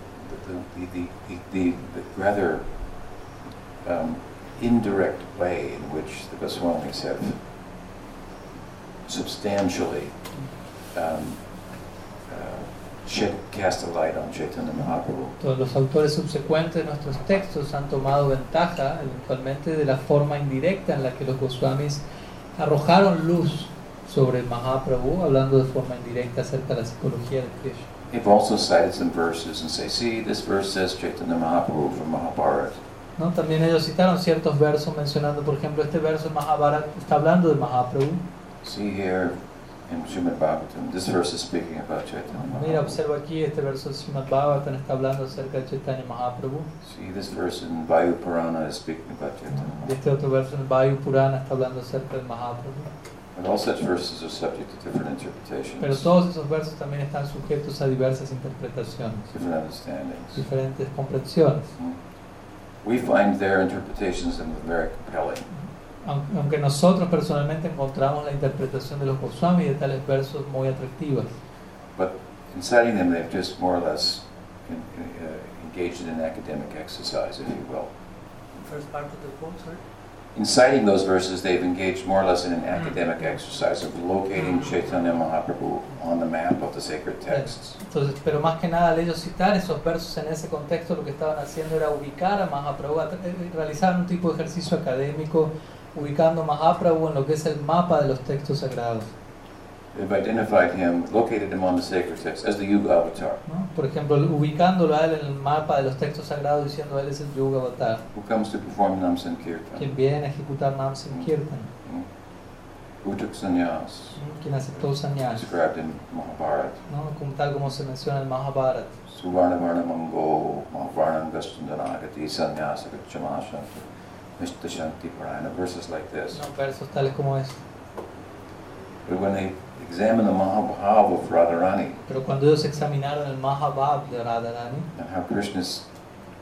the, the, the, the, the rather um, indirect way in which the Goswamis have substantially um, uh, shed, cast a light on Chaitanya Mahaprabhu. Todos los autores subsecuentes de nuestros textos han tomado ventaja, eventualmente, de la forma indirecta en la que los Goswamis arrojaron luz sobre Mahaprabhu, hablando de forma indirecta acerca de la psicología de Krishna. They've also cited some verses and say, see, this verse says Chaitanya Mahaprabhu from Mahabharata. ¿no? También ellos citaron ciertos versos mencionando, por ejemplo, este verso en Mahabharata está hablando de Mahaprabhu. See here in Srimad Bhagavatam, this verse is speaking about Chaitanya Mira, Mahaprabhu. observa aquí este verso de Srimad Bhagavatam está hablando acerca de Chaitanya Mahaprabhu. See, this verse in Vayu Purana is speaking about Chaitanya Y este otro verso en el Vayu Purana está hablando acerca de Mahaprabhu. Mahaprabhu. But all such verses are subject to different Pero interpretations, todos esos versos también están sujetos a diversas interpretaciones, different understandings. Hmm. diferentes comprensiones. We find their interpretations of them very compelling. Aunque aunque nosotros personalmente encontramos la interpretación de los Goswami de tales versos muy atractivas. In citing them, they've just more or less en- en- uh, engaged in an academic exercise, if you will. First part of the quote, sorry. In citing those verses, they've engaged more or less in an Mm. academic exercise of locating Chaitanya Mahaprabhu on the map of the sacred texts. Entonces, pero más que nada al ellos citar esos versos en ese contexto, lo que estaban haciendo era ubicar a Mahaprabhu, a- eh, realizar un tipo de ejercicio académico ubicando a Mahaprabhu en lo que es el mapa de los textos sagrados. They've identified him, located him on the sacred texts as the Yuga avatar, ¿no? Por ejemplo, ubicándolo a él en el mapa de los textos sagrados diciendo él es el Yuga Avatar, who comes to perform Namsan Kirtan, hmm, quien viene a ejecutar Nam Sankirtan, who took sannyas, ¿no? quien aceptó sannyas, described in Mahabharata, ¿no? como, tal como se menciona en el Mahabharata. Suvarnavarna Mango, Mahavarnam Gastandanagati, Sannyasa Gachamasha, Mishta Shanti Parayana, verses like this. ¿no? Versos tales como es. But when they examine the Mahabhava of Radharani, Pero cuando ellos examinaron el Mahabharata de Radharani, and how Krishna is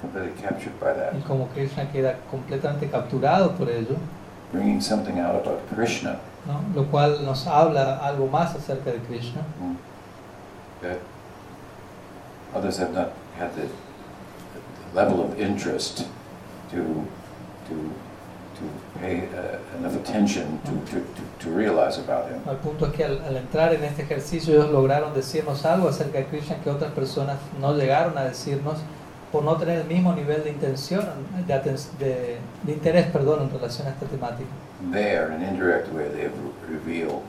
completely captured by that, y como Krishna queda completamente capturado por ello, bringing something out about Krishna ¿no? lo cual nos habla algo más acerca de Krishna, hmm, that others have not had the, the level of interest to to to pay uh, enough attention to, to, to, to realize about him. el punto es que al, al entrar en este ejercicio ellos lograron decirnos algo acerca de Krishna que otras personas no llegaron a decirnos por no tener el mismo nivel de intención, de, aten- de- de interés perdón, en relación a esta temática. There, in an indirect way, they have re- revealed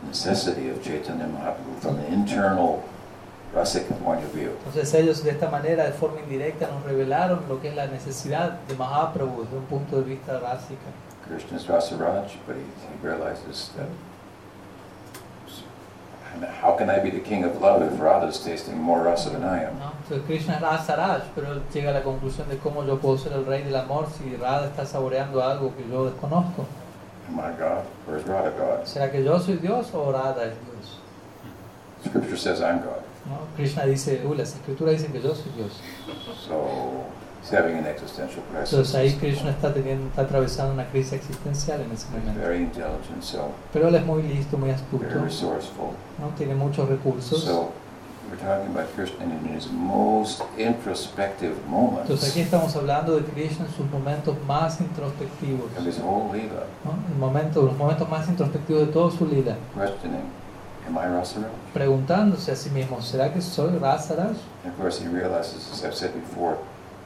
the necessity of Chaitanya Mahaprabhu from an internal rasic point of view. Entonces ellos de esta manera, de forma indirecta, nos revelaron lo que es la necesidad de Mahaprabhu desde un punto de vista básico. Krishna is Rasaraj, but he, he realizes that how can I be the king of love if Radha's tasting more rasa than I am? ¿no? Entonces Krishna es Rasaraj, pero él llega a la conclusión de cómo yo puedo ser el rey del amor si Radha está saboreando algo que yo desconozco. Am I God or is Radha God? ¿Será que yo soy Dios o Radha es Dios? Scripture says I'm God. ¿No? Krishna dice, uy, las escrituras dicen que yo soy Dios. So he's having an existential crisis. Entonces ahí Krishna está, teniendo, está atravesando una crisis existencial en ese He's momento. very intelligent, so Pero él es muy listo, muy very astuto, resourceful. ¿no? tiene muchos recursos. So we're talking about Krishna in his most introspective moments Entonces aquí estamos hablando de Krishna en sus momentos más introspectivos, of his whole lila, ¿no? El momento, los momentos más introspectivos de todo su lila. questioning, am I Rasaraj? preguntándose a sí mismo, ¿será que soy Rasaraj? And of course, he realizes, as I've said before,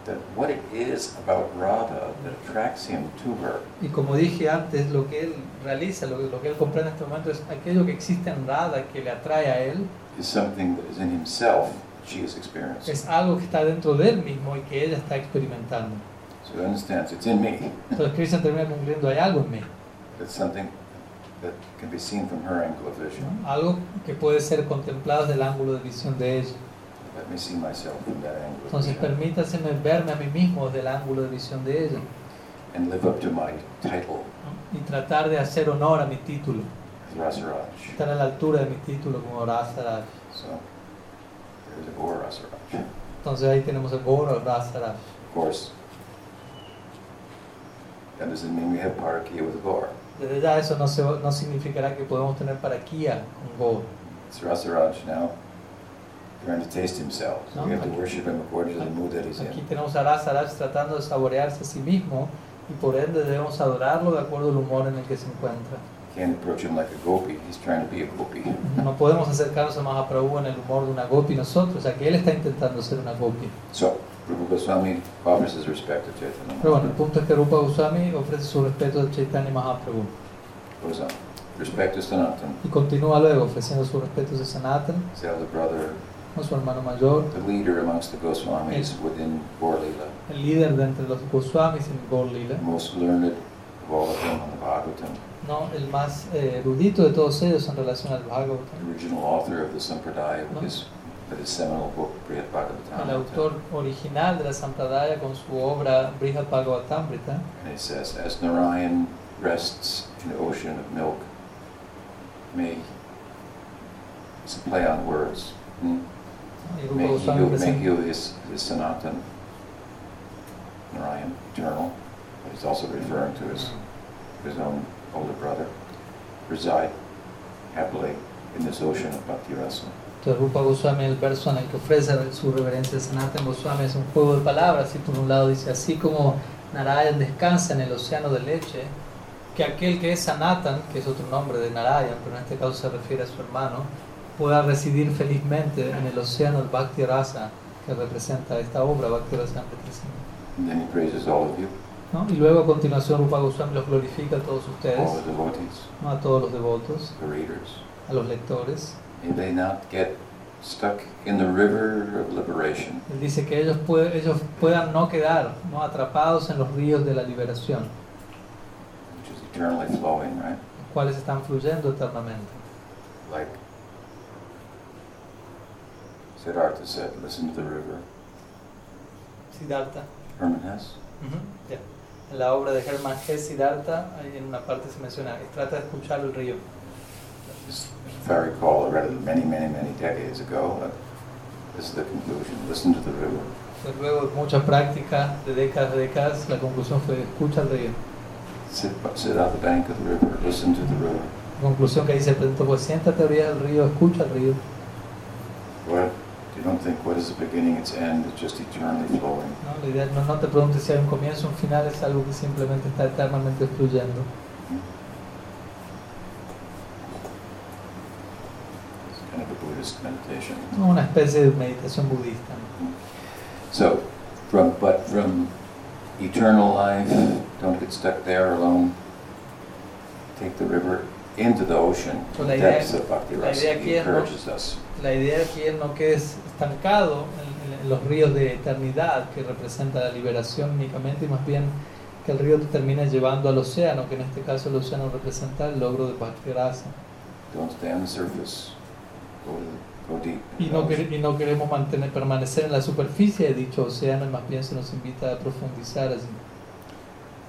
that what it is about Radha that attracts him to her Y como dije antes, lo que él realiza, lo, lo que él comprende en este momento es aquello que existe en Radha que le atrae a él, is something that is in himself that she has experienced. es algo que está dentro de él mismo y que ella está experimentando. So he understands it's in me. Entonces Krishna termina concluyendo, hay algo en mí, It's something that can be seen from her angle of vision. ¿no? algo que puede ser contemplado desde el ángulo de visión de ella. Let me see myself from that angle of Entonces vision permítaseme verme a mí mismo desde el ángulo de visión de ella and live up to my title ¿no? y tratar de hacer honor a mi título, as Rasaraj. estar a la altura de mi título como Rasaraj. So there's a Gaur Rasaraj. Entonces ahí tenemos el Goro Of Rasaraj. course, that doesn't mean we have parakeet with a Gaur. Desde ya eso no, se- no significará que podemos tener para Kia con Go. It's Rasaraj now trying to taste himself. So we have to No. worship him according to the mood that he's Aquí in. tenemos a Rasaraj tratando de saborearse a sí mismo y por ende debemos adorarlo de acuerdo al humor en el que se encuentra. Can't approach him like a gopi. He's trying to be a gopi. No podemos acercarnos a Mahaprabhu en el humor de una gopi nosotros, ya que él está intentando ser una gopi. So Rupa Goswami offers his respect to Chaitanya. Pero bueno, el Mahaprabhu. punto es que Rupa Goswami ofrece su respeto a Chaitanya Mahaprabhu Goes on. Respect to Sanatan, y continúa luego ofreciendo su respeto a Sanatan, his elder brother, como su hermano mayor, the leader amongst the Goswamis within Gaur Lila, el líder de entre los Goswamis en Gaur Lila, the most learned of all of them on the Bhagavatam, ¿no? el más eh, erudito de todos ellos en relación al Bhagavatam, the original author of the Sampradaya with his, with his seminal book, Brihad el Bhagavatam. autor original de la Sampradaya con su obra Brihad Bhagavatamrita, And it says, As Narayan rests in the ocean of milk, may, it's a play on words, hmm? ¿no? el grupo May eh, Goswami you, may presenta- you is, is Sanatan Narayan, eternal, but he's also referring to his, his own older brother, reside happily in this ocean of Bhakti Rasa. Entonces, Rupa Goswami, el verso en el que ofrece su reverencia a Sanatan Goswami, es un juego de palabras. Y por un lado dice, así como Narayan descansa en el océano de leche, que aquel que es Sanatan, que es otro nombre de Narayan, pero en este caso se refiere a su hermano, pueda residir felizmente en el océano del Bhakti Rasa, que representa esta obra, Bhakti Rasa Amrita And then he praises all of you, ¿no? Y luego a continuación Rupa Goswami los glorifica a todos ustedes, all the devotees, ¿no? a todos los devotos, the readers. a los lectores. May they not get stuck in the river of liberation. Él dice que ellos, pue- ellos puedan no quedar ¿no? atrapados en los ríos de la liberación, which is eternally flowing, right? los cuales están fluyendo eternamente. Like Siddhartha said, listen to the river. Siddhartha. Herman Hess. Ya. En la obra de Hermann Hesse, Siddhartha, ahí en una parte se menciona, "Y trata de escuchar el río. As if I recall, I read it many, many, many decades ago. but This is the conclusion. Listen to the river. Entonces, luego de mucha práctica, de décadas de décadas, la conclusión fue, escucha el río. Sit, sit out the bank of the river. Listen to the river. La conclusión que ahí se presentó pues siéntate a orillas del río, escucha el río. What? You don't think what is the beginning, its end? It's just eternally flowing. ¿no? La idea es no, no te preguntes si hay un comienzo, un final, es algo que simplemente está eternamente fluyendo. It's kind of a Buddhist meditation. ¿no? Una especie de meditación budista. ¿no? So, from but from eternal life, don't get stuck there alone. Take the river into the ocean. So the la idea- depths of Bhakti la Rasa. idea He aquí es no- encourages us. La idea es que él no quede estancado en, en- en los ríos de eternidad que representa la liberación únicamente y más bien que el río te termine llevando al océano, que en este caso el océano representa el logro de Bhakti Rasa. Don't stay on the surface. Go to the, go deep. Y no, quer- y no queremos mantener, permanecer en la superficie de dicho océano, y más bien se nos invita a profundizar allí.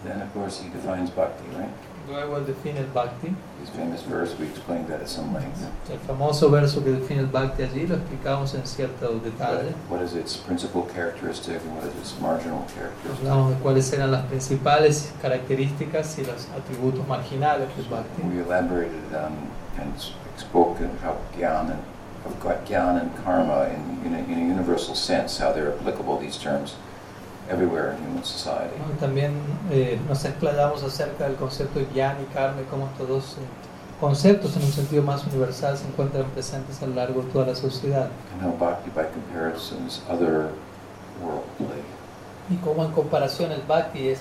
Then of course he defines bhakti, right? Luego él define el Bhakti, His famous verse. We explained that at some length. el famoso verso que define el Bhakti allí, lo explicamos en cierto detalle. What is its principal characteristic and what is its marginal characteristic? Hablamos de cuáles eran las principales características y los atributos marginales del Bhakti. We elaborated on and s- spoke of how gyan and of gu- gyan and karma in, in, a, in a universal sense, how they're applicable these terms everywhere in human society. ¿no? También eh, nos explayamos acerca del concepto de Gyan y Karma y cómo estos dos eh, conceptos en un sentido más universal se encuentran presentes a lo largo de toda la sociedad And how bhakti, by comparison, is other worldly. y cómo en comparación el Bhakti es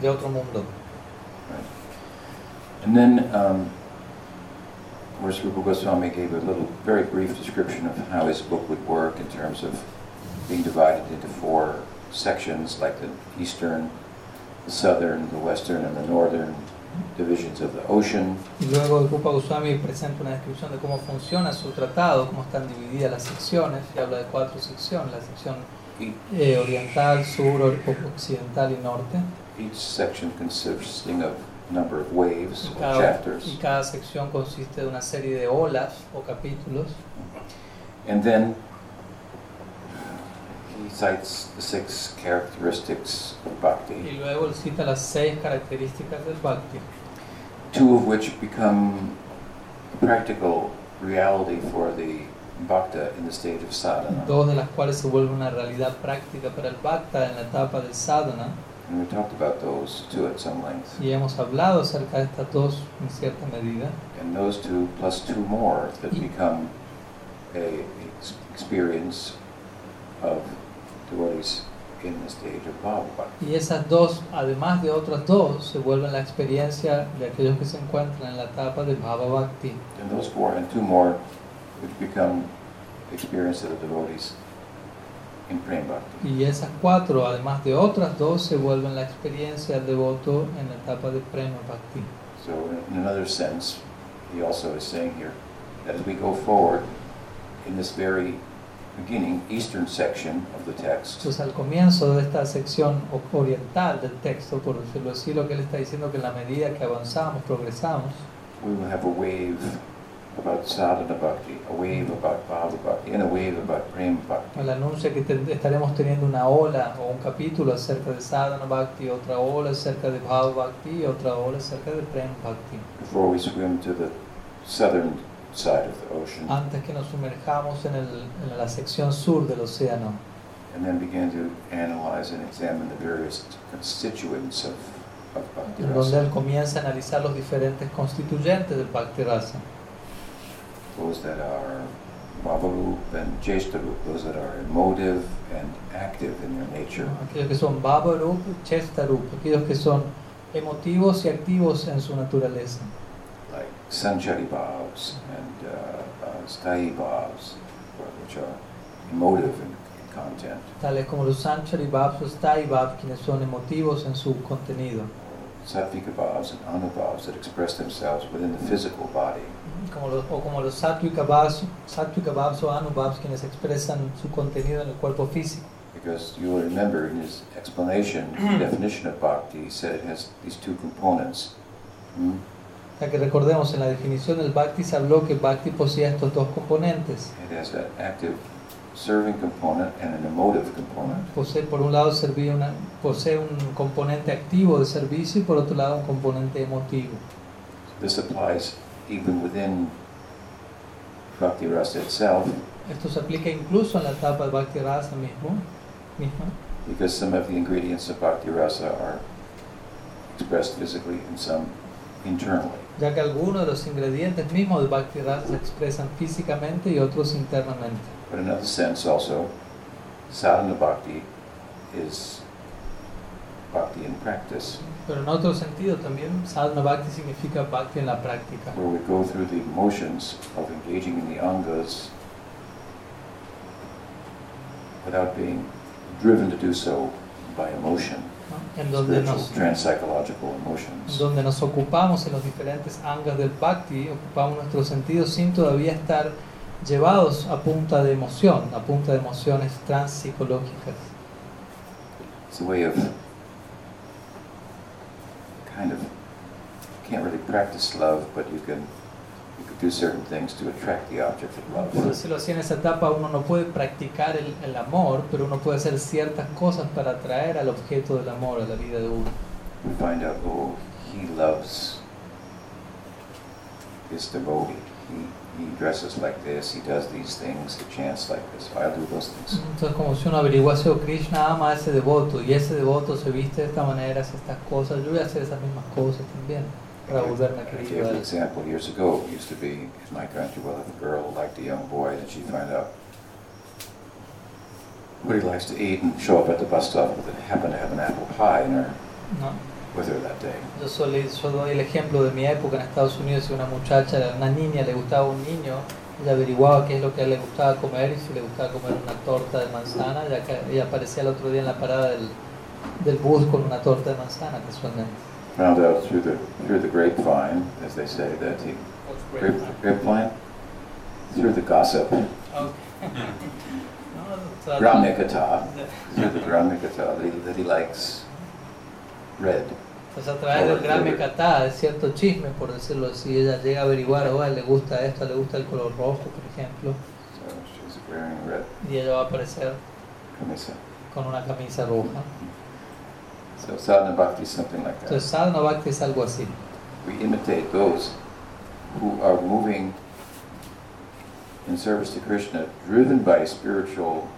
de otro mundo. And then, um, of course, Rupa Goswami gave a little, very brief description of how his book would work in terms of being divided into four sections, like the eastern, the southern, the western, and the northern divisions of the ocean. Y luego el Rupa Goswami presenta una descripción de cómo funciona su tratado, cómo están divididas las secciones, y habla de cuatro secciones, la sección Each, eh, oriental, sur, or- occidental y norte. each section consisting of a number of waves Y or cada- y chapters. cada sección consiste de una serie de olas o capítulos. And then he cites the six characteristics of Y bhakti, luego él cita las seis características del bhakti, two of which become practical reality for the bhakta in the state of sadhana. dos de las cuales se vuelven una realidad práctica para el bhakta en la etapa del sadhana, And we talked about those two at some length. y hemos hablado acerca de estas dos en cierta medida, And those two plus two more that become a ex- experience of devotees in the state of bhava. y esas dos, además de otras dos, se vuelven la experiencia de aquellos que se encuentran en la etapa del bhava bhakti, And those four and two more which become experience of the devotees in Prem Bhakti. Y esas cuatro, además de otras dos, se vuelven la experiencia del devoto en la etapa de Prema Bhakti. So in another sense, he also is saying here that as we go forward in this very beginning, eastern section of the text, Entonces, al comienzo de esta sección o- oriental del texto, por decirlo así, lo que él está diciendo es que en la medida que avanzamos, progresamos, we will have a wave about sadhana bhakti, a wave about bhava bhakti, and a wave about prema bhakti. él anuncia que ten- estaremos teniendo una ola o un capítulo acerca de Sadhana Bhakti, otra ola acerca de Bhava Bhakti y otra ola acerca de Prema Bhakti. Before we swim to the southern side of the ocean, Antes que nos sumerjamos en, el- en la sección sur del océano and then begin to analyze and examine the various constituents of, of bhakti en donde rasa. él comienza a analizar los diferentes constituyentes del Bhakti Rasa, Those that are bhavarup and jeshtarup, those that are emotive and active in their nature, ¿no? aquellos que son Bhava Rup, Chesta Rup, aquellos que son emotivos y activos en su naturaleza, like sanchari bhavs and uh, uh, sthayi bhavs, which are emotive in, in content, tales como los Sanchari Bhavs o Sthai Bhavs, quienes son emotivos en su contenido, sattvika bhavs and anubhavs that express themselves within the physical body. como los- o como los Sattvica Bhavs, Sattvica Bhavs o Anubhavs, quienes expresan su contenido en el cuerpo físico. Because you will remember in his explanation, the definition of bhakti, he said it has these two components. Hmm? Ya que recordemos, en la definición del Bhakti se habló que Bhakti poseía estos dos componentes. It has an active serving component and an emotive component. Posee, por un lado, servía una- posee un componente activo de servicio y por otro lado un componente emotivo. This applies even within bhakti rasa itself, Esto se aplica incluso en la etapa de Bhakti Rasa mismo, misma, because some of the ingredients of bhakti rasa are expressed physically and some internally. ya que algunos de los ingredientes mismos de Bhakti Rasa se expresan físicamente y otros internamente. But in another sense also, sadhana bhakti is bhakti in practice. Pero en otro sentido también, sadhana bhakti significa bhakti en la práctica, where we go through the motions of engaging in the angas without being driven to do so by emotion, ¿no? en donde spiritual, nos, transpsychological emotions. donde nos ocupamos en los diferentes angas del bhakti, ocupamos nuestros sentidos sin todavía estar llevados a punta de emoción, a punta de emociones transpsicológicas. It's a way of kind of you can't really practice love, but you can you can do certain things to attract the object of Por love. decirlo así, en esa etapa uno no puede practicar el, el amor, pero uno puede hacer ciertas cosas para atraer al objeto del amor a la vida de uno. We find out, oh, he loves this devotee. He, he dresses like this, he does these things, he chants like this. I'll do those things. Entonces, como si uno averiguase, oh, Krishna ama a ese devoto y ese devoto se viste de esta manera, hace estas cosas, yo voy a hacer esas mismas cosas también para volverme I gave querido a the él. example years ago. It used to be in my country, well, if a girl liked a young boy and she'd find out what he likes to eat and show up at the bus stop with it, happened to have an apple pie in her, ¿no? with her that day. Yo, solo, yo doy el ejemplo de mi época en Estados Unidos, si una muchacha, una niña le gustaba un niño, ella averiguaba qué es lo que a él le gustaba comer y si le gustaba comer una torta de manzana, ya que ella aparecía el otro día en la parada del, del bus con una torta de manzana casualmente. Found out through the through the grapevine, as they say, that he grape, grapevine through the gossip, Brahmikata, through the Brahmikata, that he, that he likes red. Entonces a través del gran mecatá, de cierto chisme por decirlo así, ella llega a averiguar, oh, a él le gusta esto, a él le gusta el color rojo, por ejemplo, So she's wearing red y ella va a aparecer camisa. con una camisa roja. So sadhana bhakti is something like that. Entonces sadhana bhakti es algo así. We imitate those who are moving in service to Krishna, driven by spiritual,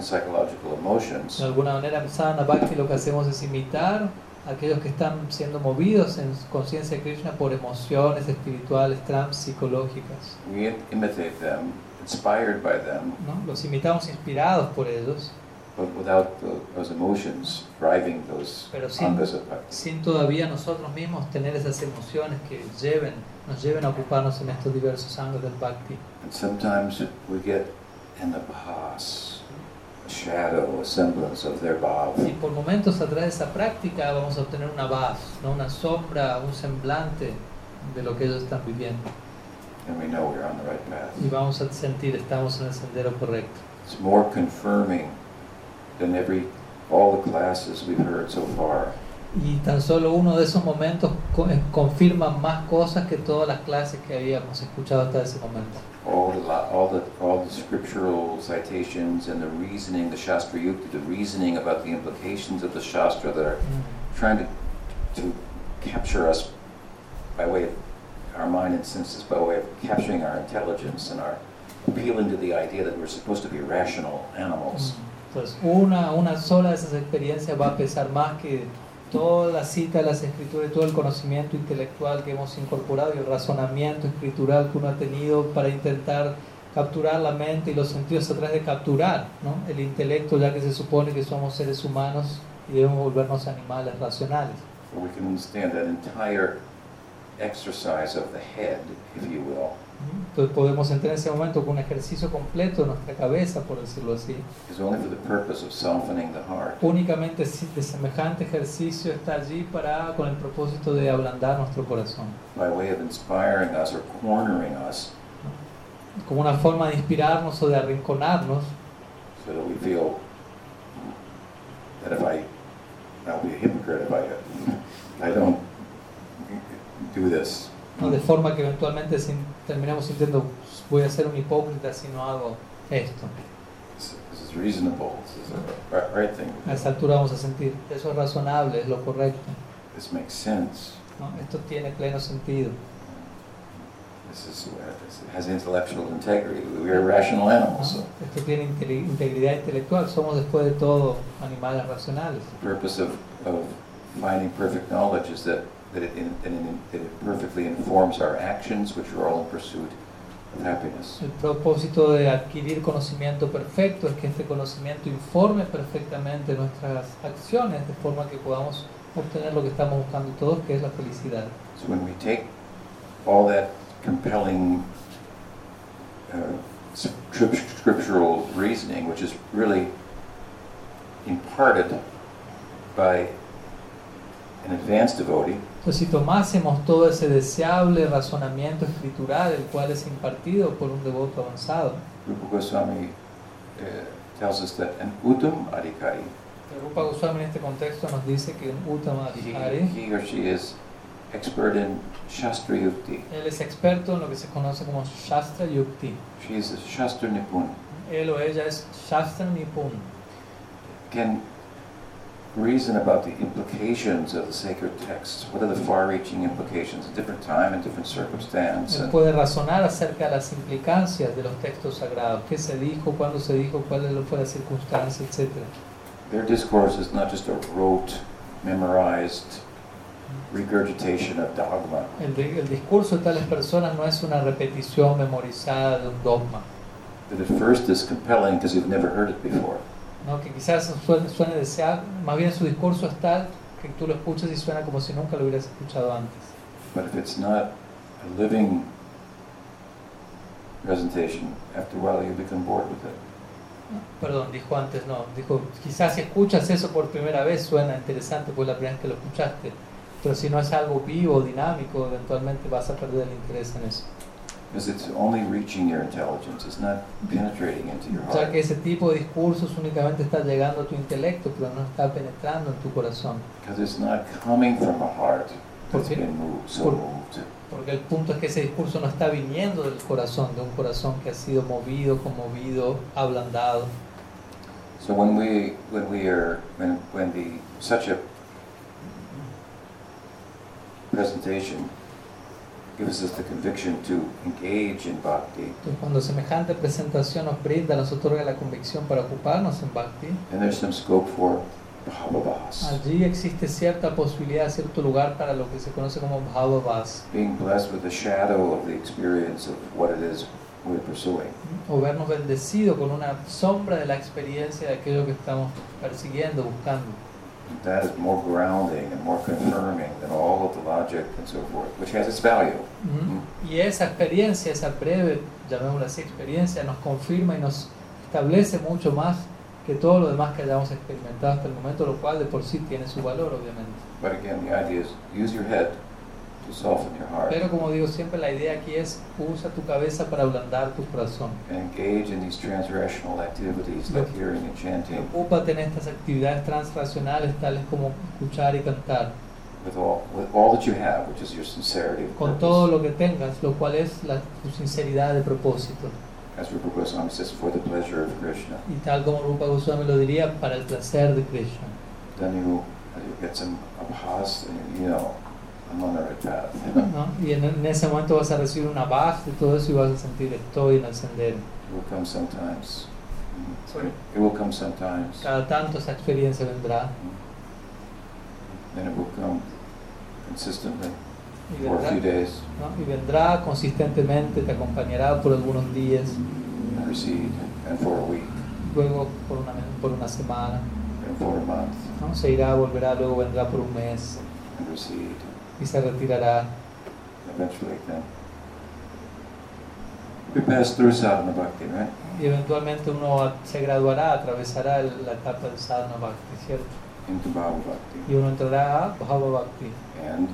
transpsychological emotions, De alguna manera en sadhana bhakti lo que hacemos es imitar a aquellos que están siendo movidos en conciencia de Krishna por emociones espirituales, trans psicológicas. we im- imitate them, inspired by them, ¿no? Los imitamos inspirados por ellos, but without tho- those emotions driving those pero sin, angas of bhakti. sin todavía nosotros mismos tener esas emociones que lleven, nos lleven a ocuparnos en estos diversos ángulos del bhakti. And sometimes we get and the Bahas, a shadow, a semblance of their Si Bhav. por momentos atrás esa práctica vamos a obtener una base, ¿no? una sombra, un semblante de lo que ellos están viviendo. And we know we're on the right path. Y vamos a sentir, estamos en el sendero correcto. It's more confirming than every all the classes we've heard so far. Y tan solo uno de esos momentos co- eh, confirma más cosas que todas las clases que habíamos escuchado hasta ese momento. All the lo- all the all the scriptural citations and the reasoning, the Shastra Yukta, the reasoning about the implications of the Shastra that are trying to to capture us by way of our mind and senses, by way of capturing our intelligence and our appealing to the idea that we're supposed to be rational animals. Entonces, una, una sola de esas experiencias va a pesar más que toda la cita de las escrituras y todo el conocimiento intelectual que hemos incorporado y el razonamiento escritural que uno ha tenido para intentar capturar la mente y los sentidos atrás de capturar ¿no? el intelecto, ya que se supone que somos seres humanos y debemos volvernos animales racionales. But we can understand that entire exercise of the head, if you will, Entonces podemos entrar en ese momento con un ejercicio completo de nuestra cabeza, por decirlo así. is only for the purpose of softening the heart. Únicamente si- de semejante ejercicio está allí para con el propósito de ablandar nuestro corazón, by way of inspiring us or cornering us como una forma de inspirarnos o de arrinconarnos, so that we feel that if I, I'll be a hypocrite if I, if I [LAUGHS] don't do this. ¿no? de forma que eventualmente sin- terminamos sintiendo voy a ser un hipócrita si no hago esto. This this is reasonable, this is the ri- right thing. A esa altura vamos a sentir, eso es razonable, es lo correcto, This makes sense. ¿no? esto tiene pleno sentido. This is, uh, this has intellectual integrity. We are rational animals. So ¿no? Esto tiene intele- integridad intelectual, somos después de todo animales racionales. the purpose of, of finding perfect knowledge is that, that it, in- that it- that it perfectly informs our actions, which are all in pursuit of happiness. El propósito de adquirir conocimiento perfecto es que este conocimiento informe perfectamente nuestras acciones de forma que podamos obtener lo que estamos buscando todos, que es la felicidad. So when we take all that compelling uh, scrip- scriptural reasoning, which is really imparted by an advanced devotee, Entonces, si tomásemos todo ese deseable razonamiento escritural, el cual es impartido por un devoto avanzado, Rupa Goswami uh, tells us that an uttam adhikari, el Rupa Goswami en este contexto nos dice que un Uttama he, Adhikari, he or she is expert in Shastra Yukti. él es experto en lo que se conoce como Shastra Yukti. She is a Shastra Nipun. Él o ella es Shastra Nipun. can reason about the implications of the sacred texts. What are the far-reaching implications at different time and different circumstance? Él And puede razonar acerca de las implicancias de los textos sagrados, qué se dijo, cuándo se dijo, cuál fue la circunstancia, etc. their discourse is not just a rote, memorized regurgitation of dogma. El, di- el discurso de tales personas no es una repetición memorizada de un dogma, That at first is compelling because you've never heard it before. ¿no? que quizás suene, suene deseable, más bien su discurso es tal que tú lo escuchas y suena como si nunca lo hubieras escuchado antes. But if it's not a living presentation, after a while you become bored with it. Perdón, dijo antes, no, dijo, quizás si escuchas eso por primera vez suena interesante, pues la primera vez que lo escuchaste, pero si no es algo vivo, dinámico, eventualmente vas a perder el interés en eso. Because it's only reaching your intelligence, it's not penetrating into your O sea heart. que ese tipo de discursos únicamente está llegando a tu intelecto, pero no está penetrando en tu corazón. Because it's not coming from a heart that's Por qué? been moved, so Por- moved. Porque el punto es que ese discurso no está viniendo del corazón, de un corazón que ha sido movido, conmovido, ablandado. So when we when we are when when the such a presentation gives us the conviction to engage in bhakti, Entonces cuando semejante presentación nos brinda, nos otorga la convicción para ocuparnos en Bhakti, and there's some scope for bhavavas, allí existe cierta posibilidad, cierto lugar para lo que se conoce como Bhavavas, being blessed with the shadow of the experience of what it is we're pursuing. o vernos bendecido con una sombra de la experiencia de aquello que estamos persiguiendo, buscando. That is more grounding and more confirming than all of the logic and so forth, which has its value. Mm-hmm. Mm-hmm. Y esa experiencia, esa breve, llamémosla así, experiencia, nos confirma y nos establece mucho más que todo lo demás que hayamos experimentado hasta el momento, lo cual de por sí tiene su valor, obviamente. But again, the idea is use your head to soften your heart. Pero como digo siempre, la idea aquí es usa tu cabeza para ablandar tu corazón. and engage in these transrational activities like Mm-hmm. hearing and chanting Ocúpate en estas actividades transracionales, tales como escuchar y cantar, with all with all that you have, which is your sincerity of con todo purpose. lo que tengas, lo cual es la, tu sinceridad de propósito. As Rupa Goswami says, for the pleasure of Krishna. Y tal como Rupa Goswami lo diría, para el placer de Krishna. Then you uh, you get some abhas and you know, I'm on the right path. You know? ¿no? Y en, en ese momento vas a recibir una paz de todo eso y vas a sentir estoy en el sendero. It will come sometimes. Mm. Sorry? It will come sometimes. Cada tanto esa experiencia vendrá And it will come consistently y for a vendrá, few days ¿no? y vendrá consistentemente, te acompañará por algunos días, and recede and for a week luego por una, por una semana, and for a month ¿no? se irá, volverá, luego vendrá por un mes and recede. y se retirará. eventually then. We pass through sadhana bhakti, right? Y eventualmente uno se graduará, atravesará el- la etapa del sadhana bhakti, ¿cierto? Into bhava bhakti. Y uno entrará a bhava bhakti. And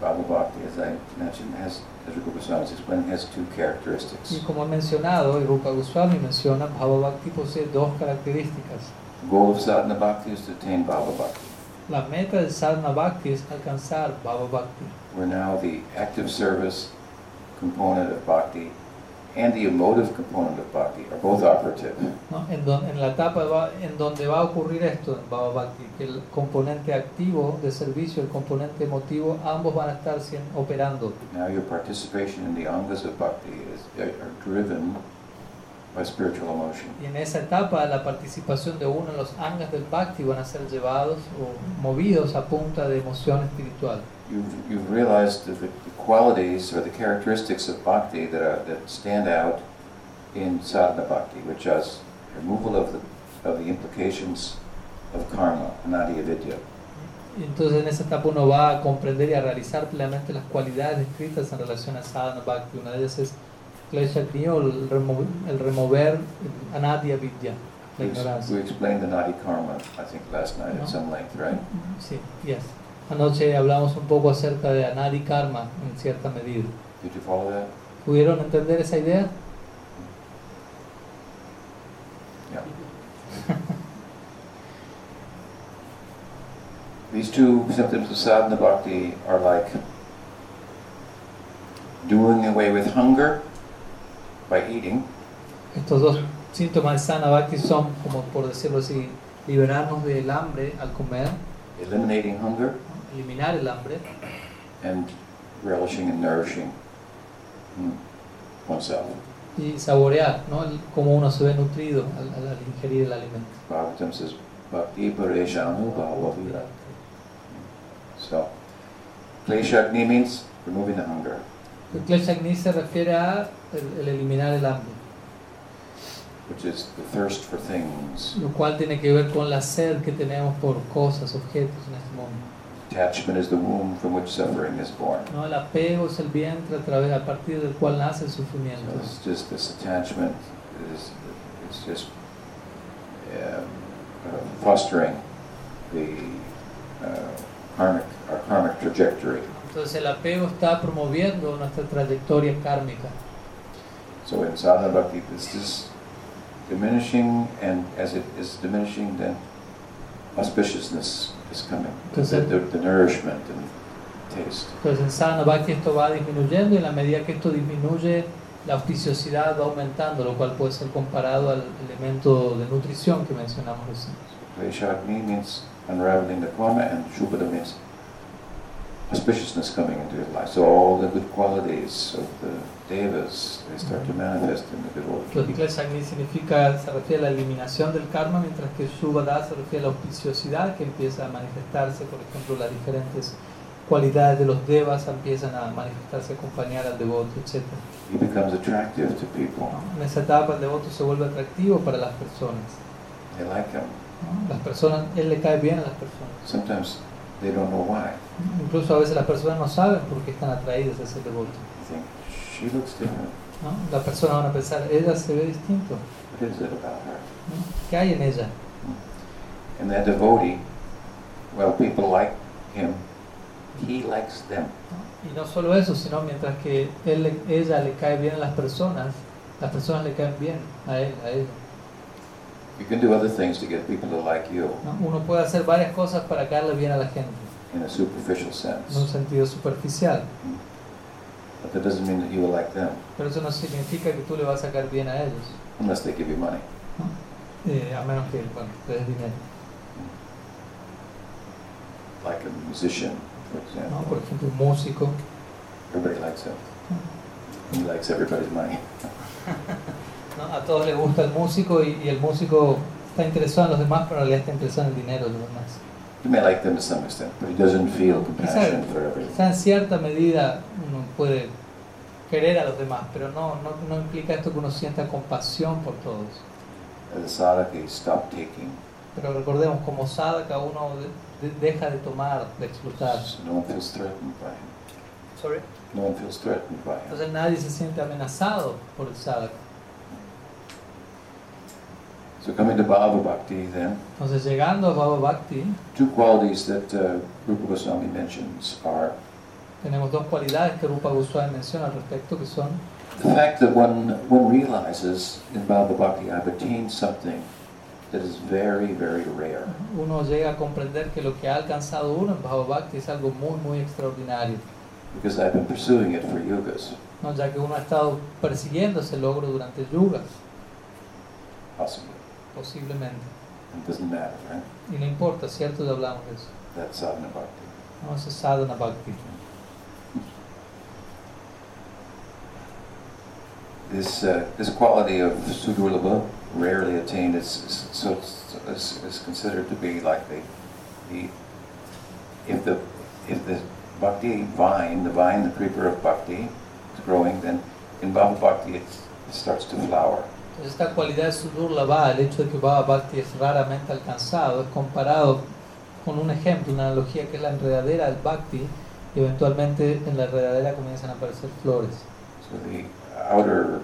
bhava bhakti, as I mentioned, has, as Rupa Goswami has explained, has two Y characteristics. como he mencionado, y Rupa Goswami menciona, Bhava Bhakti posee dos características. The goal of sadhana bhakti is to attain bhava bhakti. La meta del sadhana bhakti es alcanzar bhava bhakti. Where now the active service component of bhakti and the emotive component of bhakti are both operative. ¿no? En, don- en la etapa va- en donde va a ocurrir esto, en bhava bhakti, que el componente activo de servicio, el componente emotivo, ambos van a estar sien- operando. Now your participation in the angas of bhakti is, are driven by spiritual emotion. Y en esa etapa la participación de uno en los angas del bhakti van a ser llevados o movidos a punta de emoción espiritual. You've, you've realized that the, the qualities or the characteristics of bhakti that, are, that stand out in sadhana bhakti, which is removal of the, of the implications of karma, anadi avidya. Y entonces en esa etapa uno va a comprender y a realizar plenamente las cualidades descritas en relación a sadhana bhakti. Una de ellas es klesha kriya, o el, remo- el remover anadya vidya, la We ex- ignorancia. we explained the nadi karma, I think, last night No. at some length, right? Sí, yes. Anoche hablamos un poco acerca de anadi karma en cierta medida. Did you follow that? ¿Pudieron entender esa idea? These two symptoms of sadhana bhakti are like doing away with hunger by eating Estos dos síntomas de sadhana bhakti son, como por decirlo así, liberarnos del hambre al comer, eliminating hunger eliminar el hambre and relishing and nourishing mm, oneself. y saborear, ¿no? El- cómo uno se ve nutrido al- al- al ingerir el alimento. Bhagavatam says, Bhakti Pareshanu Bhalavira. So, Kleshagni means removing the hunger. El Klesha Agni se refiere a el, el eliminar el hambre, which is the thirst for things. lo cual tiene que ver con la sed que tenemos por cosas, objetos en este mundo. Attachment is the womb from which suffering is born. ¿no? El apego es el vientre a, través, a partir del cual nace el So sufrimiento. it's just this attachment is it's just um, uh, fostering the uh, karmic our karmic trajectory. Entonces el apego está promoviendo nuestra trayectoria kármica. So in sadhana bhakti, this is diminishing, and as it is diminishing, then auspiciousness is coming. The, the, the nourishment and taste. Entonces en Sadhana Bhakti esto Pues va disminuyendo y en la medida que esto disminuye, la auspiciosidad va aumentando, lo cual puede ser comparado al elemento de nutrición que mencionamos recién. Vaishakni means unraveling the karma, and Shubhada means auspiciousness coming into your life. So all the good qualities of the devas they start to manifest in the good Los order. Klesha Agni significa, se refiere a la eliminación del karma, mientras que Shubhada se refiere a la auspiciosidad que empieza a manifestarse, por ejemplo, las diferentes cualidades de los devas empiezan a manifestarse, acompañar al devoto, etc. He becomes attractive to people. En esa etapa el devoto se vuelve atractivo para las personas. They like him. ¿no? Las personas, él le cae bien a las personas. Sometimes they don't know why. Incluso a veces las personas no saben por qué están atraídas a ese devoto. They think she looks different. ¿no? Las personas van a pensar, ella se ve distinto. What is it about her? ¿no? ¿Qué hay en ella? And that devotee, well, people like him. He likes them. ¿no? Y no solo eso, sino mientras que él, le- ella le cae bien a las personas, las personas le caen bien a él, a ella. You can do other things to get people to like you ¿no? Uno puede hacer varias cosas para caerle bien a la gente, in a superficial en un sense, sentido superficial. but that doesn't mean that you will like them Pero eso no significa que tú le vas a caer bien a ellos, unless they give you money. eh, a menos que bueno, te des dinero. Like a musician, for ¿no? example. Por ejemplo, un músico. Everybody likes him. He likes everybody's money. ¿no? A todos les gusta el músico y, y el músico está interesado en los demás, pero en realidad está interesado en el dinero de los demás. You may like them to some extent, but he doesn't feel compassion for everything. Quizá en cierta medida uno puede querer a los demás, pero no, no, no implica esto que uno sienta compasión por todos. As a sadhaka, he stopped taking. Pero recordemos, como sadhaka uno de- de- deja de tomar, de explotar. So no one feels threatened by him. Sorry. No one feels threatened by him. Entonces nadie se siente amenazado por el sadhaka. So coming to Bhava Bhakti then, Entonces llegando a Baba Bhakti, two qualities that uh, Rupa Goswami mentions are tenemos dos cualidades que Rupa Goswami menciona al respecto, que son The fact that one, one realizes in Bhava Bhakti, I've attained something that is very, very rare. Uno llega a comprender que lo que ha alcanzado uno en Bhagavad es algo muy, muy extraordinario, Because I've been pursuing it for yugas, ¿no? ya que uno ha estado persiguiendo ese logro durante yugas, possibly. posiblemente. It doesn't matter, right? Y no importa, ¿cierto? Ya hablamos de eso. That's sadhana bhakti. ¿no? Eso es sadhana bhakti. This, uh, this quality of sudurlabha, rarely attained, is, is- so it's- is, is considered to be like the, the if the if the bhakti vine, the vine, the creeper of bhakti, is growing, then in bhava bhakti it's, it starts to flower. Entonces, esta cualidad de Sudur Labha, el hecho de que Bhagavad es raramente alcanzado, es comparado con un ejemplo, una analogía que es la enredadera del Bhakti, y eventualmente en la enredadera comienzan a aparecer flores. So the outer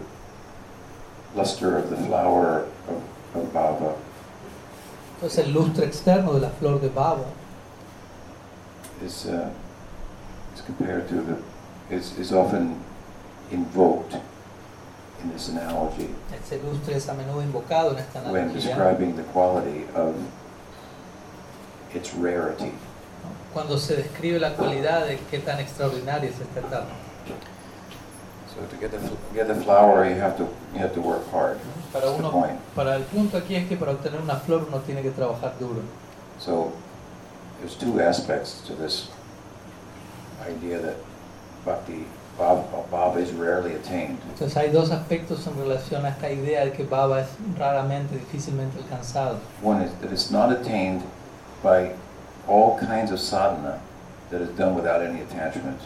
luster of the flower of, of bhava Entonces, el lustre externo de la flor de Bhava is, uh, is compared to the, is, is often invoked in this analogy Este lustre es a menudo invocado en esta when analogía ¿no? describing the quality of its rarity. cuando se describe la cualidad de qué tan extraordinaria es esta etapa. So to get the, get the flower, you have to, you have to work hard. Para That's the uno, point. para el punto aquí es que para obtener una flor uno tiene que trabajar duro. So there's two aspects to this idea that bhakti, bhava, bhava is rarely attained. Entonces hay dos aspectos en relación a esta idea de que Baba es raramente, difícilmente alcanzado. One is that it's not attained by all kinds of sadhana that is done without any attachment.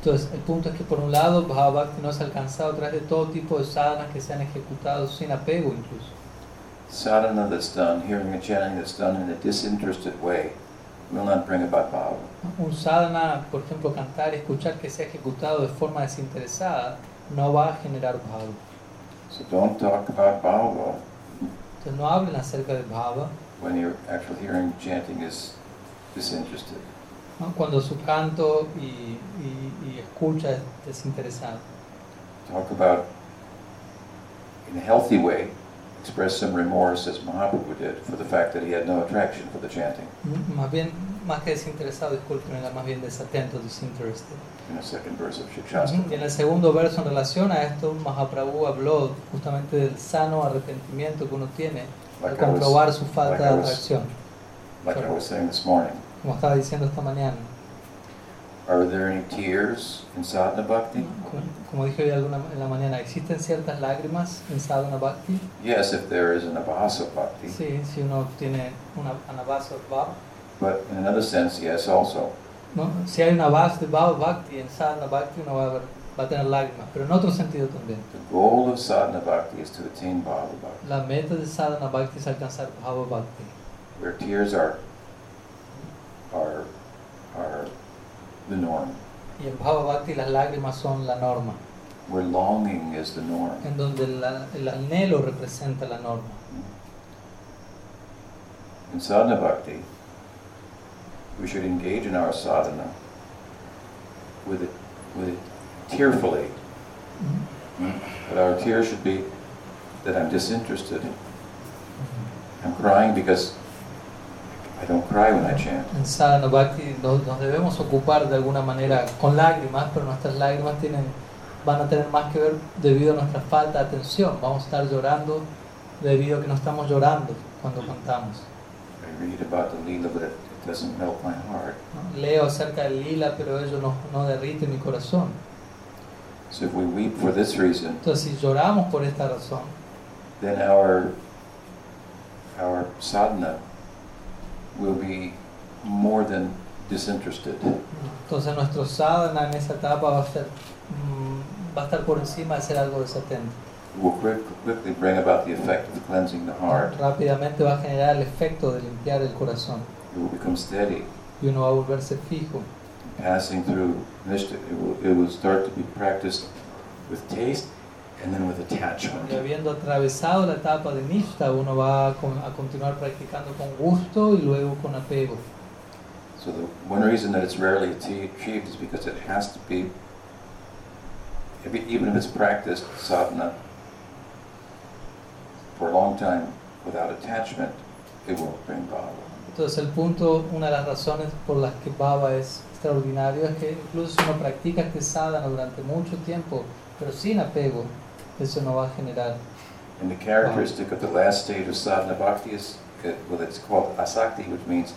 Entonces el punto es que por un lado Baba Bhakti no es alcanzado a través de todo tipo de sadhanas que se han ejecutado sin apego incluso. Sadhana that's done, hearing and chanting that's done in a disinterested way, will not bring about bhava. Un sadhana, por ejemplo, cantar y escuchar que se ha ejecutado de forma desinteresada no va a generar Bhava. So don't talk about bhava Entonces no hablen acerca del bhava, when your actual hearing and chanting is disinterested. ¿no? cuando su canto y, y- y escucha es desinteresado. Talk about, in a healthy way, express some remorse as Mahaprabhu did for the fact that he had no attraction for the chanting. M- Más bien, más que desinteresado, disculpen, era más bien desatento, disinterested. In the second verse of Shikshastra. Y en el segundo verso, en relación a esto, Mahaprabhu habló justamente del sano arrepentimiento que uno tiene al Like I was- comprobar su falta de like I was- atracción, like I was saying this morning. como estaba diciendo esta mañana. Are there any tears in sadhana bhakti? Como, como dije hoy alguna- en la mañana, ¿existen ciertas lágrimas en sadhana bhakti? Yes, if there is an abhasa bhakti, Sí, si uno tiene una anabasa bhava. but in another sense, yes, also. ¿no? Si hay una base de Bhava Bhakti, en Sadhana Bhakti uno va a, ver- va a tener lágrimas, pero en otro sentido también. The goal of sadhana bhakti is to attain bhava bhakti, La meta de Sadhana Bhakti es alcanzar Bhava Bhakti, where tears are are are the norm. y en Bhava Bhakti las lágrimas son la norma. where longing is the norm. en donde la- el anhelo representa la norma. In sadhana bhakti, we should engage in our sadhana with it, with it tearfully, but our tear should be that I'm disinterested. I'm crying because I don't cry when I chant. En sadhana bhakti nos, nos debemos ocupar de alguna manera con lágrimas, pero nuestras lágrimas tienen, van a tener más que ver debido a nuestra falta de atención. Vamos a estar llorando debido a que no estamos llorando cuando cantamos. I read about the Leela, but it it doesn't melt my heart. ¿no? Leo acerca del lila, pero ello no, no derrite mi corazón. So if we weep for this reason, Entonces, si lloramos por esta razón, then our our sadhana will be more than disinterested. entonces nuestro sadhana en esa etapa va a, ser, mm, va a estar por encima de ser algo desatento. It will quick, quickly bring about the effect of cleansing the heart. Rápidamente va a generar el efecto de limpiar el corazón It will become steady, y uno va a volverse fijo. passing through nishta. It will, it will start to be practiced with taste and then with attachment. Y habiendo atravesado la etapa de Nishta, uno va a, con- a continuar practicando con gusto y luego con apego. So the one reason that it's rarely atti- achieved is because it has to be, if it- even if it's practiced sadhana for a long time without attachment, it won't bring bhava. Entonces el punto, una de las razones por las que Baba es extraordinario es que incluso si uno practica este sadhana durante mucho tiempo, pero sin apego, eso no va a generar. And the characteristic of the last stage of sadhana bhakti is, it- well, it's called asakti, which means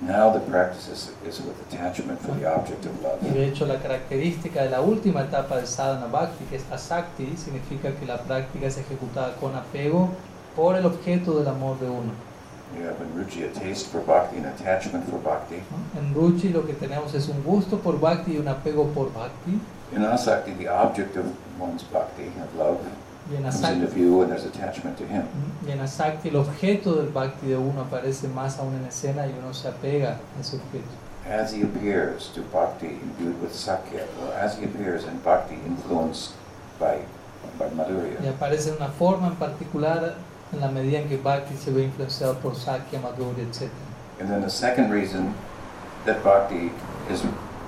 now the practice is, is with attachment for the object of love. Y de hecho la característica de la última etapa del sadhana bhakti, que es asakti, significa que la práctica es ejecutada con apego por el objeto del amor de uno. You have in ruchi a taste for bhakti and attachment for bhakti. ¿no? En Ruchi lo que tenemos es un gusto por bhakti y un apego por bhakti. In asakti, the object of one's bhakti, of love, Y en comes into Asakti, view and there's attachment to him. y en Asakti el objeto del bhakti de uno aparece más aún en escena y uno se apega a ese objeto. As he appears to bhakti imbued with sakya, or as he appears in bhakti influenced by, by Y madhurya, aparece en una forma en particular en la medida en que bhakti se ve influenciado por Sakya, Madhurya, etc. and then the second reason that bhakti is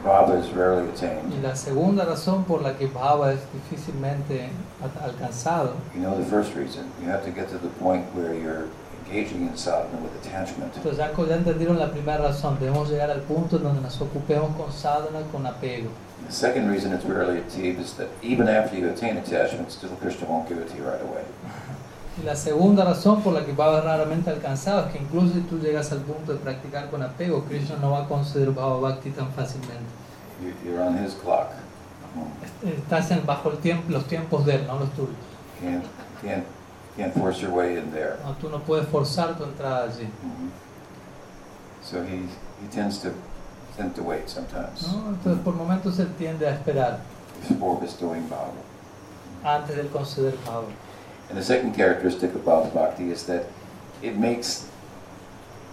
bhava is rarely Y attained. la segunda razón por la que bhava es difícilmente a- alcanzado You know the first reason. You have to get to the point where you're engaging in sadhana with attachment. Entonces ya, co- ya entendieron la primera razón, debemos llegar al punto en donde nos ocupemos con sadhana, con apego. The second reason it's rarely achieved is that even after you attain attachment, still Krishna won't give it to you right away. Y la segunda razón por la que Baba es raramente alcanzado es que incluso si tú llegas al punto de practicar con apego, Krishna no va a conceder Baba Bhakti tan fácilmente. You- You're on his clock. Mm-hmm. Estás en- bajo el tiemp- los tiempos de él, no los tuyos. Can't, can't, can't force your way in there. No, tú no puedes forzar tu entrada allí. Mhm. So he, he tends to tend to wait sometimes ¿no? Entonces por momentos él tiende Oh, a esperar before bestowing bhava. antes del conceder Baba. And the second characteristic of bhava bhakti is that it makes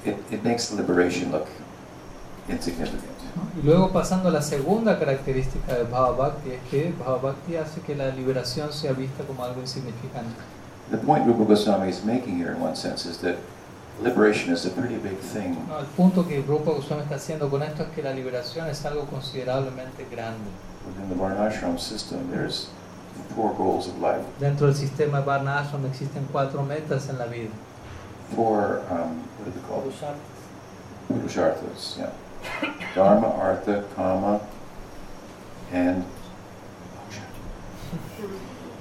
it, it makes liberation look insignificant. ¿no? Y luego pasando a la segunda característica de Baba Bhakti es que Baba Bhakti hace que la liberación sea vista como algo insignificante. The point Rupa Goswami is making here, in one sense, is that liberation is a pretty big thing. No, el punto que Rupa Goswami está haciendo con esto es que la liberación es algo considerablemente grande. Within the Varnashram system, there's four goals of life, Dentro del sistema de Varna Ashram existen cuatro metas en la vida. four um, what do they call Purushart- Purusharthas, yeah. Dharma, Artha, Kama, and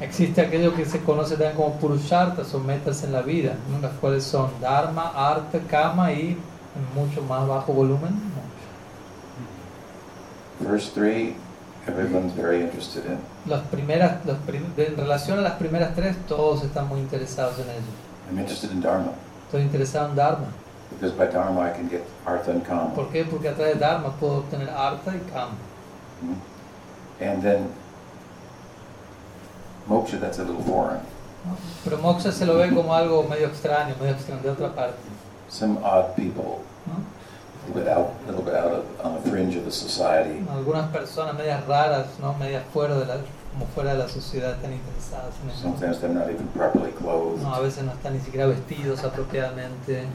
Existe aquello que se conoce también como Purusharthas o metas en la vida, ¿no? las cuales son Dharma, Artha, Kama y en mucho más bajo volumen. ¿no? Verse 3, everyone's very interested in. Las primeras, los prim- de- en relación a las primeras tres, todos están muy interesados en ello. I'm interested in Dharma, Estoy interesado en Dharma. because by Dharma I can get Artha and Kama. ¿Por qué? Porque a través de Dharma puedo obtener Artha y Kama. Mhm. And then Moksha, that's a little foreign. ¿no? Pero Moksha se lo ve como algo medio extraño, medio extraño de otra parte. Some odd people, ¿no? a little bit out, a little bit out of, on the fringe of the society. algunas personas medias raras, ¿no? medias fuera de la, como fuera de la sociedad están interesadas en eso. Sometimes they're not even properly clothed. No, a veces no están ni siquiera vestidos apropiadamente.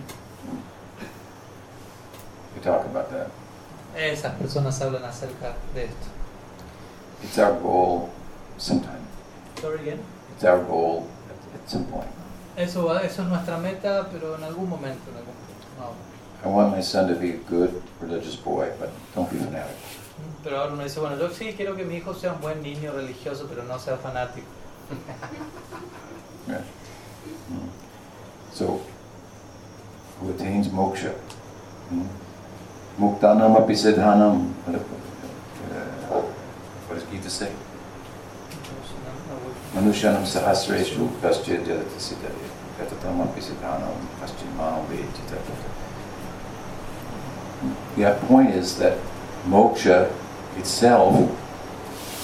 We talk about that. Esas personas hablan acerca de esto. It's our goal sometime. Sorry again? It's our goal at- at some point. Eso, va- eso es nuestra meta, pero en algún momento, en algún punto, no ahora. I want my son to be a good religious boy, but don't be fanatic. Pero ahora uno dice, bueno, yo sí quiero que mi hijo sea un buen niño religioso, pero no sea fanático. Yeah. Mm. So, who attains moksha? Mm. Muktanam api siddhanam. What, uh, what does Gita say? Entonces, no- no voy. Manushanam sahasreshu kasya jalati siddhaya. Katatam api siddhanam kasya manam vejti tattata. Mm. The point is that moksha itself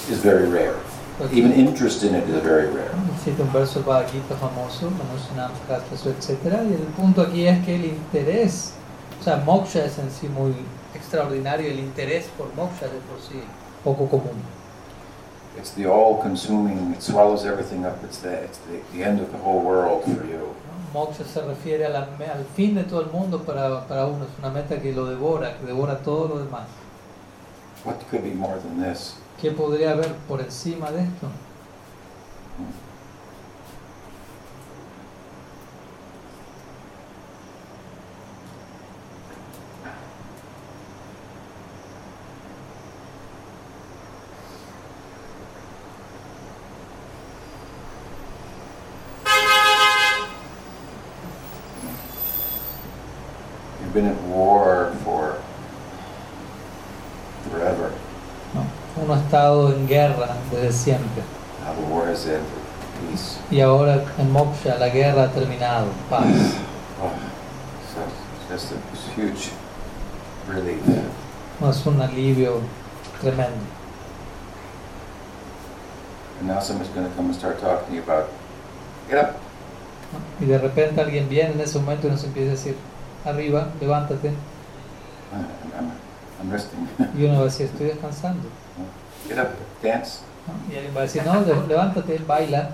is very rare. Even interest in it is very rare. Existe un verso para Gita famoso, Manushanam, Kastasu, etc. Y el punto aquí es que el interés, o sea, moksha es en sí muy extraordinario, el interés por moksha es de por sí poco común. It's the all-consuming, it swallows everything up, it's the, it's the, the end of the whole world for you. ¿no? Moksha se refiere a la me- al fin de todo el mundo para, para uno, es una meta que lo devora, que devora todo lo demás. What could be more than this? ¿Qué podría haber por encima de esto? You've been at war for forever. ¿no? Uno ha estado en guerra desde siempre Now the war has ended, peace. y ahora en Moksha la guerra ha terminado, paz. Oh, so that's a huge relief. No, es un alivio tremendo. And now somebody's going to come and start talking to you about, get up, ¿no? Y de repente alguien viene en ese momento y nos empieza a decir, arriba, levántate. I'm, I'm, I'm resting, [LAUGHS] Y uno va a decir, estoy descansando. get up, dance, ¿no? Y alguien va a decir, no, le- levántate, baila.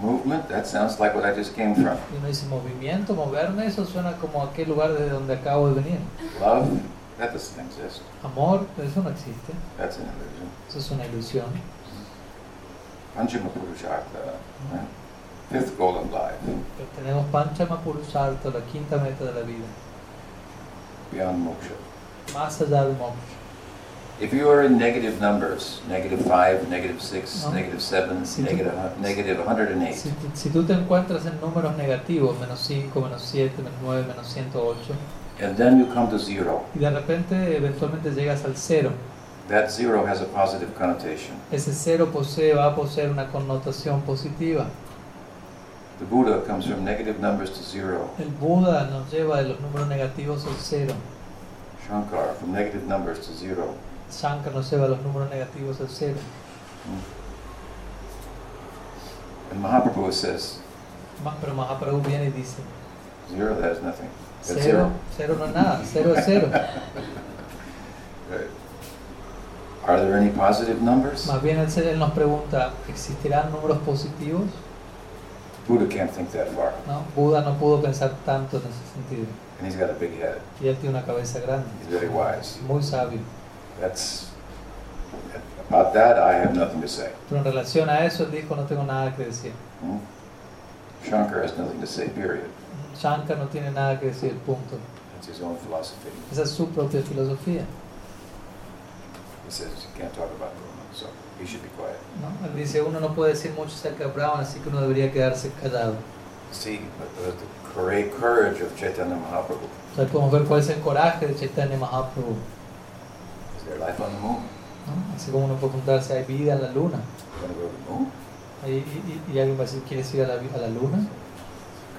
movement, that sounds like what I just came from. Y uno dice, movimiento, moverme, eso suena como aquel lugar desde donde acabo de venir. Love, that doesn't exist. Amor, eso no existe. That's an illusion. Eso es una ilusión. Panchama Purushartha, right? fifth goal of life, Pero tenemos Panchama Purusartha, la quinta meta de la vida. beyond moksha. Más allá del moksha. If you are in negative numbers, negative five, negative six, No. negative seven, Sí, tú- negative, hu- negative 108, Si, si tú te encuentras en números negativos, menos 5, menos 7, menos 9, menos 108, and then you come to zero, y de repente eventualmente llegas al cero, that zero has a positive connotation. ese cero posee, va a poseer una connotación positiva. The Buddha comes from negative numbers to zero. El Buda nos lleva de los números negativos al cero, Shankar from negative numbers to zero. Shankar nos lleva de los números negativos al cero. And Mahaprabhu says, Ma- Pero Mahaprabhu viene y dice, zero, that is nothing. That's cero, zero. cero no es nada, cero es cero. Right. Are there any positive numbers? Más bien él se- él nos pregunta, ¿existirán números positivos? Buddha can't think that far, ¿No? Buda no pudo pensar tanto en ese sentido, and he's got a big head. y él tiene una cabeza grande. He's very wise. muy sabio. That's about that. I have nothing to say. Pero en relación a eso, él dijo, no tengo nada que decir. Hmm? Shankar has nothing to say. Period. Shankar no tiene nada que decir, punto. That's his own philosophy. Esa es su propia filosofía. He says you can't talk about Brahma, so he should be quiet. ¿no? Él dice, uno no puede decir mucho acerca de Brown, así que uno debería quedarse callado. See, but the, the coura- courage of Chaitanya Mahaprabhu O sea, podemos ver cuál es el coraje de Chaitanya Mahaprabhu. is there life on the moon. ¿no? Así como uno puede preguntarse, ¿hay vida en la luna? You want to go to the moon? Y, y- y- y alguien va a decir, ¿quieres ir a la, vi- a la luna?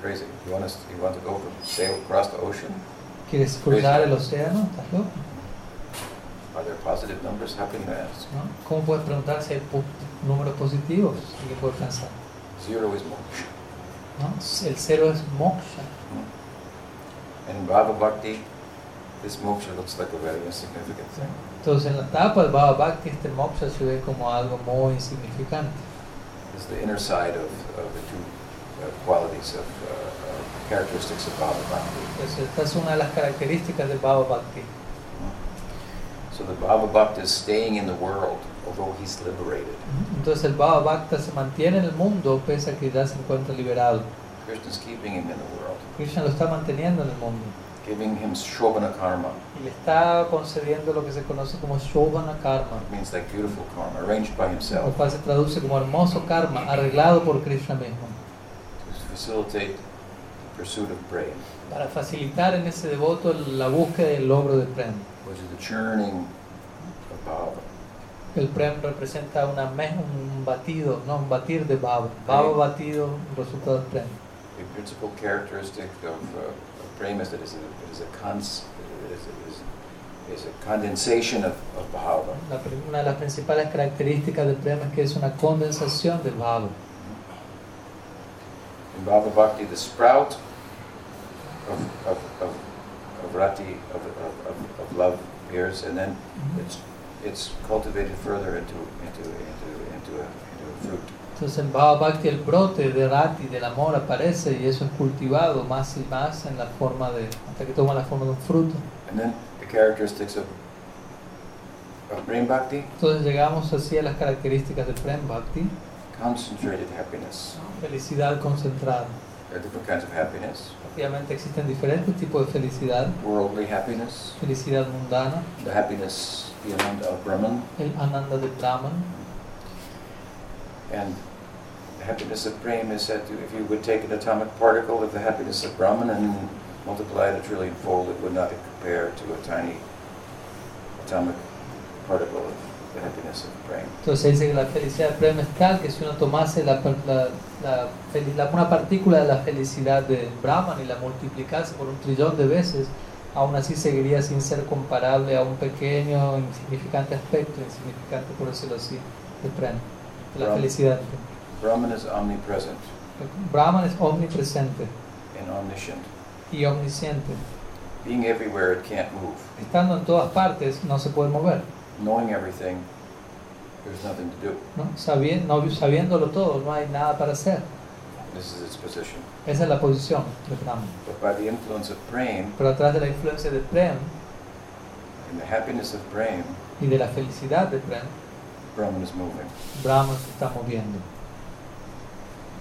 Crazy. You want us? You want to go from sail across the ocean? ¿Quieres cruzar el océano? ¿Estás loco? Are there positive numbers? How can you ask? ¿no? ¿Cómo puedes preguntar si hay pu- números positivos? ¿Qué puedes pensar? Zero is moksha. ¿no? El cero es moksha. And Bhava Hmm? Bhakti, This moksha looks like a very insignificant thing. Entonces en la tapa el Baba Bhakti este moksha se ve como algo muy insignificante. It's the inner side of, of the two uh, qualities of uh, uh, characteristics of Bhava Bhakti. Entonces esta es una de las características del Baba Bhakti. So the Bhava Bhakta is staying in the world, although he's liberated. Entonces el Baba Bhakta se mantiene en el mundo pese a que ya se encuentra liberado. Krishna's keeping him in the world, Krishna lo está manteniendo en el mundo giving him Shobhana karma. y le está concediendo lo que se conoce como Shobhana Karma, It means like beautiful karma, arranged by lo himself cual se traduce como hermoso karma arreglado por Krishna mismo. to facilitate the pursuit of prey, para facilitar en ese devoto la búsqueda del logro del prem. which is the churning of Bhava. El prem representa una me- un batido, no un batir de baba. Baba batido, resultado del prem. The principal characteristic of, uh, of prema is that it is a, it is a, cons, it is, it is, it is a condensation of, of bhava. La prim- una de las principales características del prem es que es una condensación del baba. In Bhava Bhakti, the sprout of, of, of, of rati, of, of, of, of love appears, and then it's, it's cultivated further into, into, into, into, a, into a fruit. Entonces en Baba Bhakti el brote de Rati, del amor, aparece y eso es cultivado más y más en la forma de, hasta que toma la forma de un fruto. And then the characteristics of, of Prem Bhakti, Entonces llegamos así a las características del prem Bhakti. concentrated happiness. Felicidad concentrada. There are different kinds of happiness. Obviamente existen diferentes tipos de felicidad. Worldly happiness, felicidad mundana, the happiness beyond of Brahman el ananda de Brahman. and the happiness of Prem is said to, if you would take an atomic particle of the happiness of Brahman and multiply it a trillion fold, it would not compare to a tiny atomic particle of the happiness of Prem. Entonces dice que la felicidad de Brahman es tal que si uno tomase la, par- la- la fel- la- una partícula de la felicidad de Brahman y la multiplicase por un trillón de veces, aún así seguiría sin ser comparable a un pequeño, insignificante aspecto, insignificante por decirlo así, de Brahman, de la Brahman. felicidad. de Brahman. Brahman is omnipresent Brahman es omnipresente and omniscient. y omnisciente. Being everywhere, it can't move. Estando en todas partes, no se puede mover. Knowing everything, there's nothing to do. ¿no? Sabien- no- sabiéndolo todo, no hay nada para hacer. This is its position. Esa es la posición de Brahma. But by the influence of Prem Pero atrás de la influencia de Prem and the happiness of Prem, y de la felicidad de Prem, Brahman is moving, Brahma se está moviendo,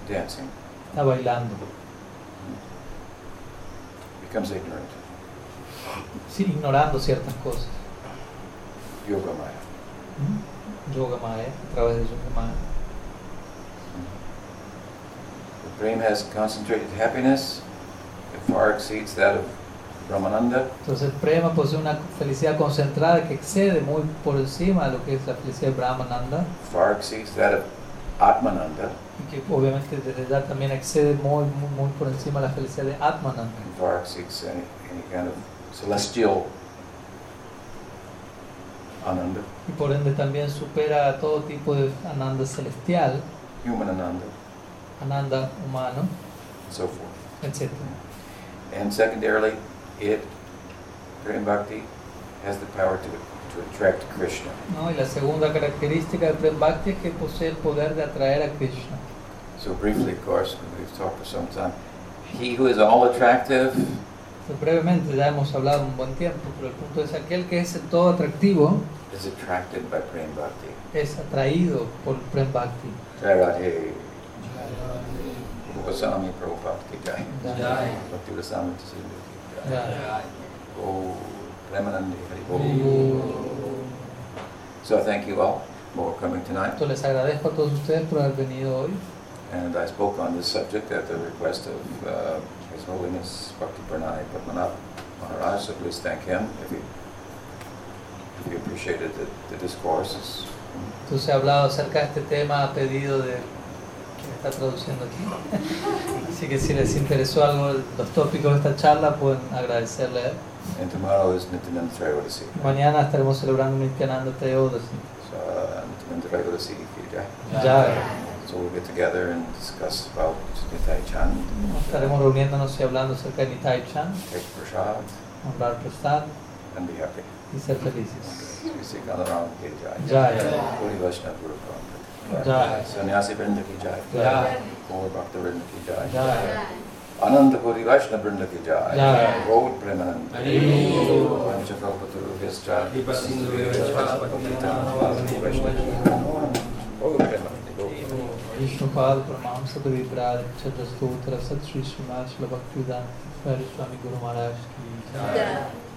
dancing, está bailando, becomes ignorant. sí, ignorando ciertas cosas. Yoga Maya. ¿Mm? Yoga Maya, a través de Yoga Maya. The Prem has concentrated happiness. It far exceeds that of Brahmananda. Entonces Prema posee una felicidad concentrada que excede muy por encima de lo que es la felicidad de Brahmananda Far exceeds that of Atmananda. y que obviamente desde ya también excede muy, muy, muy por encima de la felicidad de Atmananda. And far exceeds any, any kind of celestial Ananda, Y por ende también supera a todo tipo de Ananda celestial, human Ananda, Ananda humano, and so forth. etc. And secondarily, it, Prem Bhakti, has the power to, to attract Krishna. ¿no? Y la segunda característica de Prem Bhakti es que posee el poder de atraer a Krishna. So briefly, of course, we've talked for some time. He who is all attractive, Entonces, brevemente ya hemos hablado un buen tiempo, pero el punto es aquel que es el todo atractivo is attracted by Prem Bhakti. es atraído por Prem Bhakti. Jai Radhe. Goswami Prabhupada ki jai. Jai. Bhakti Goswami Tasindhu ki jai. Ya. Oh, Premanandi Hari Om. Oh. Bol. So I thank you all for coming tonight. Entonces, les agradezco a todos ustedes por haber venido hoy. And I spoke on this subject at the request of uh, His Holiness Bhakti Pranay Padmanabh Maharaj. So please thank him if you, if you appreciated the, the discourses. Entonces he hablado acerca de este tema a pedido de quien está traduciendo aquí. [LAUGHS] Así que si les interesó algo de los tópicos de esta charla, pueden agradecerle. a él. And tomorrow is Nityananda त्रयोदशी. Mañana estaremos celebrando Nityananda Teodos. So uh, Nityananda त्रयोदशी ki jai. Ya So we'll get together and discuss about Nitai Chand, estaremos reuniéndonos y hablando acerca de Nitai Chan, take prasad, honrar prestar, and be happy. y ser felices. इसी का नाम है जाय Jaya. पूरी वैष्णव गुरु प्रणाम Jai. सन्यासी वृंद की जाय Jai. और भक्त वृंद की जाय Jai. अनंत पूरी वैष्णव वृंद की जाय Jai. गौर प्रेमानंद पंचकल्पतरुभ्यश्च विपस्सिन्धुभ्यश्च पतितानां गौर प्रेमानंद गौर प्रेमानंद। विष्णुपाद प्रणाम सतविद्राज छत्र स्त्रोत्र सत श्री श्रीमान श्री भक्तिदान स्वामी गुरु महाराज की जय।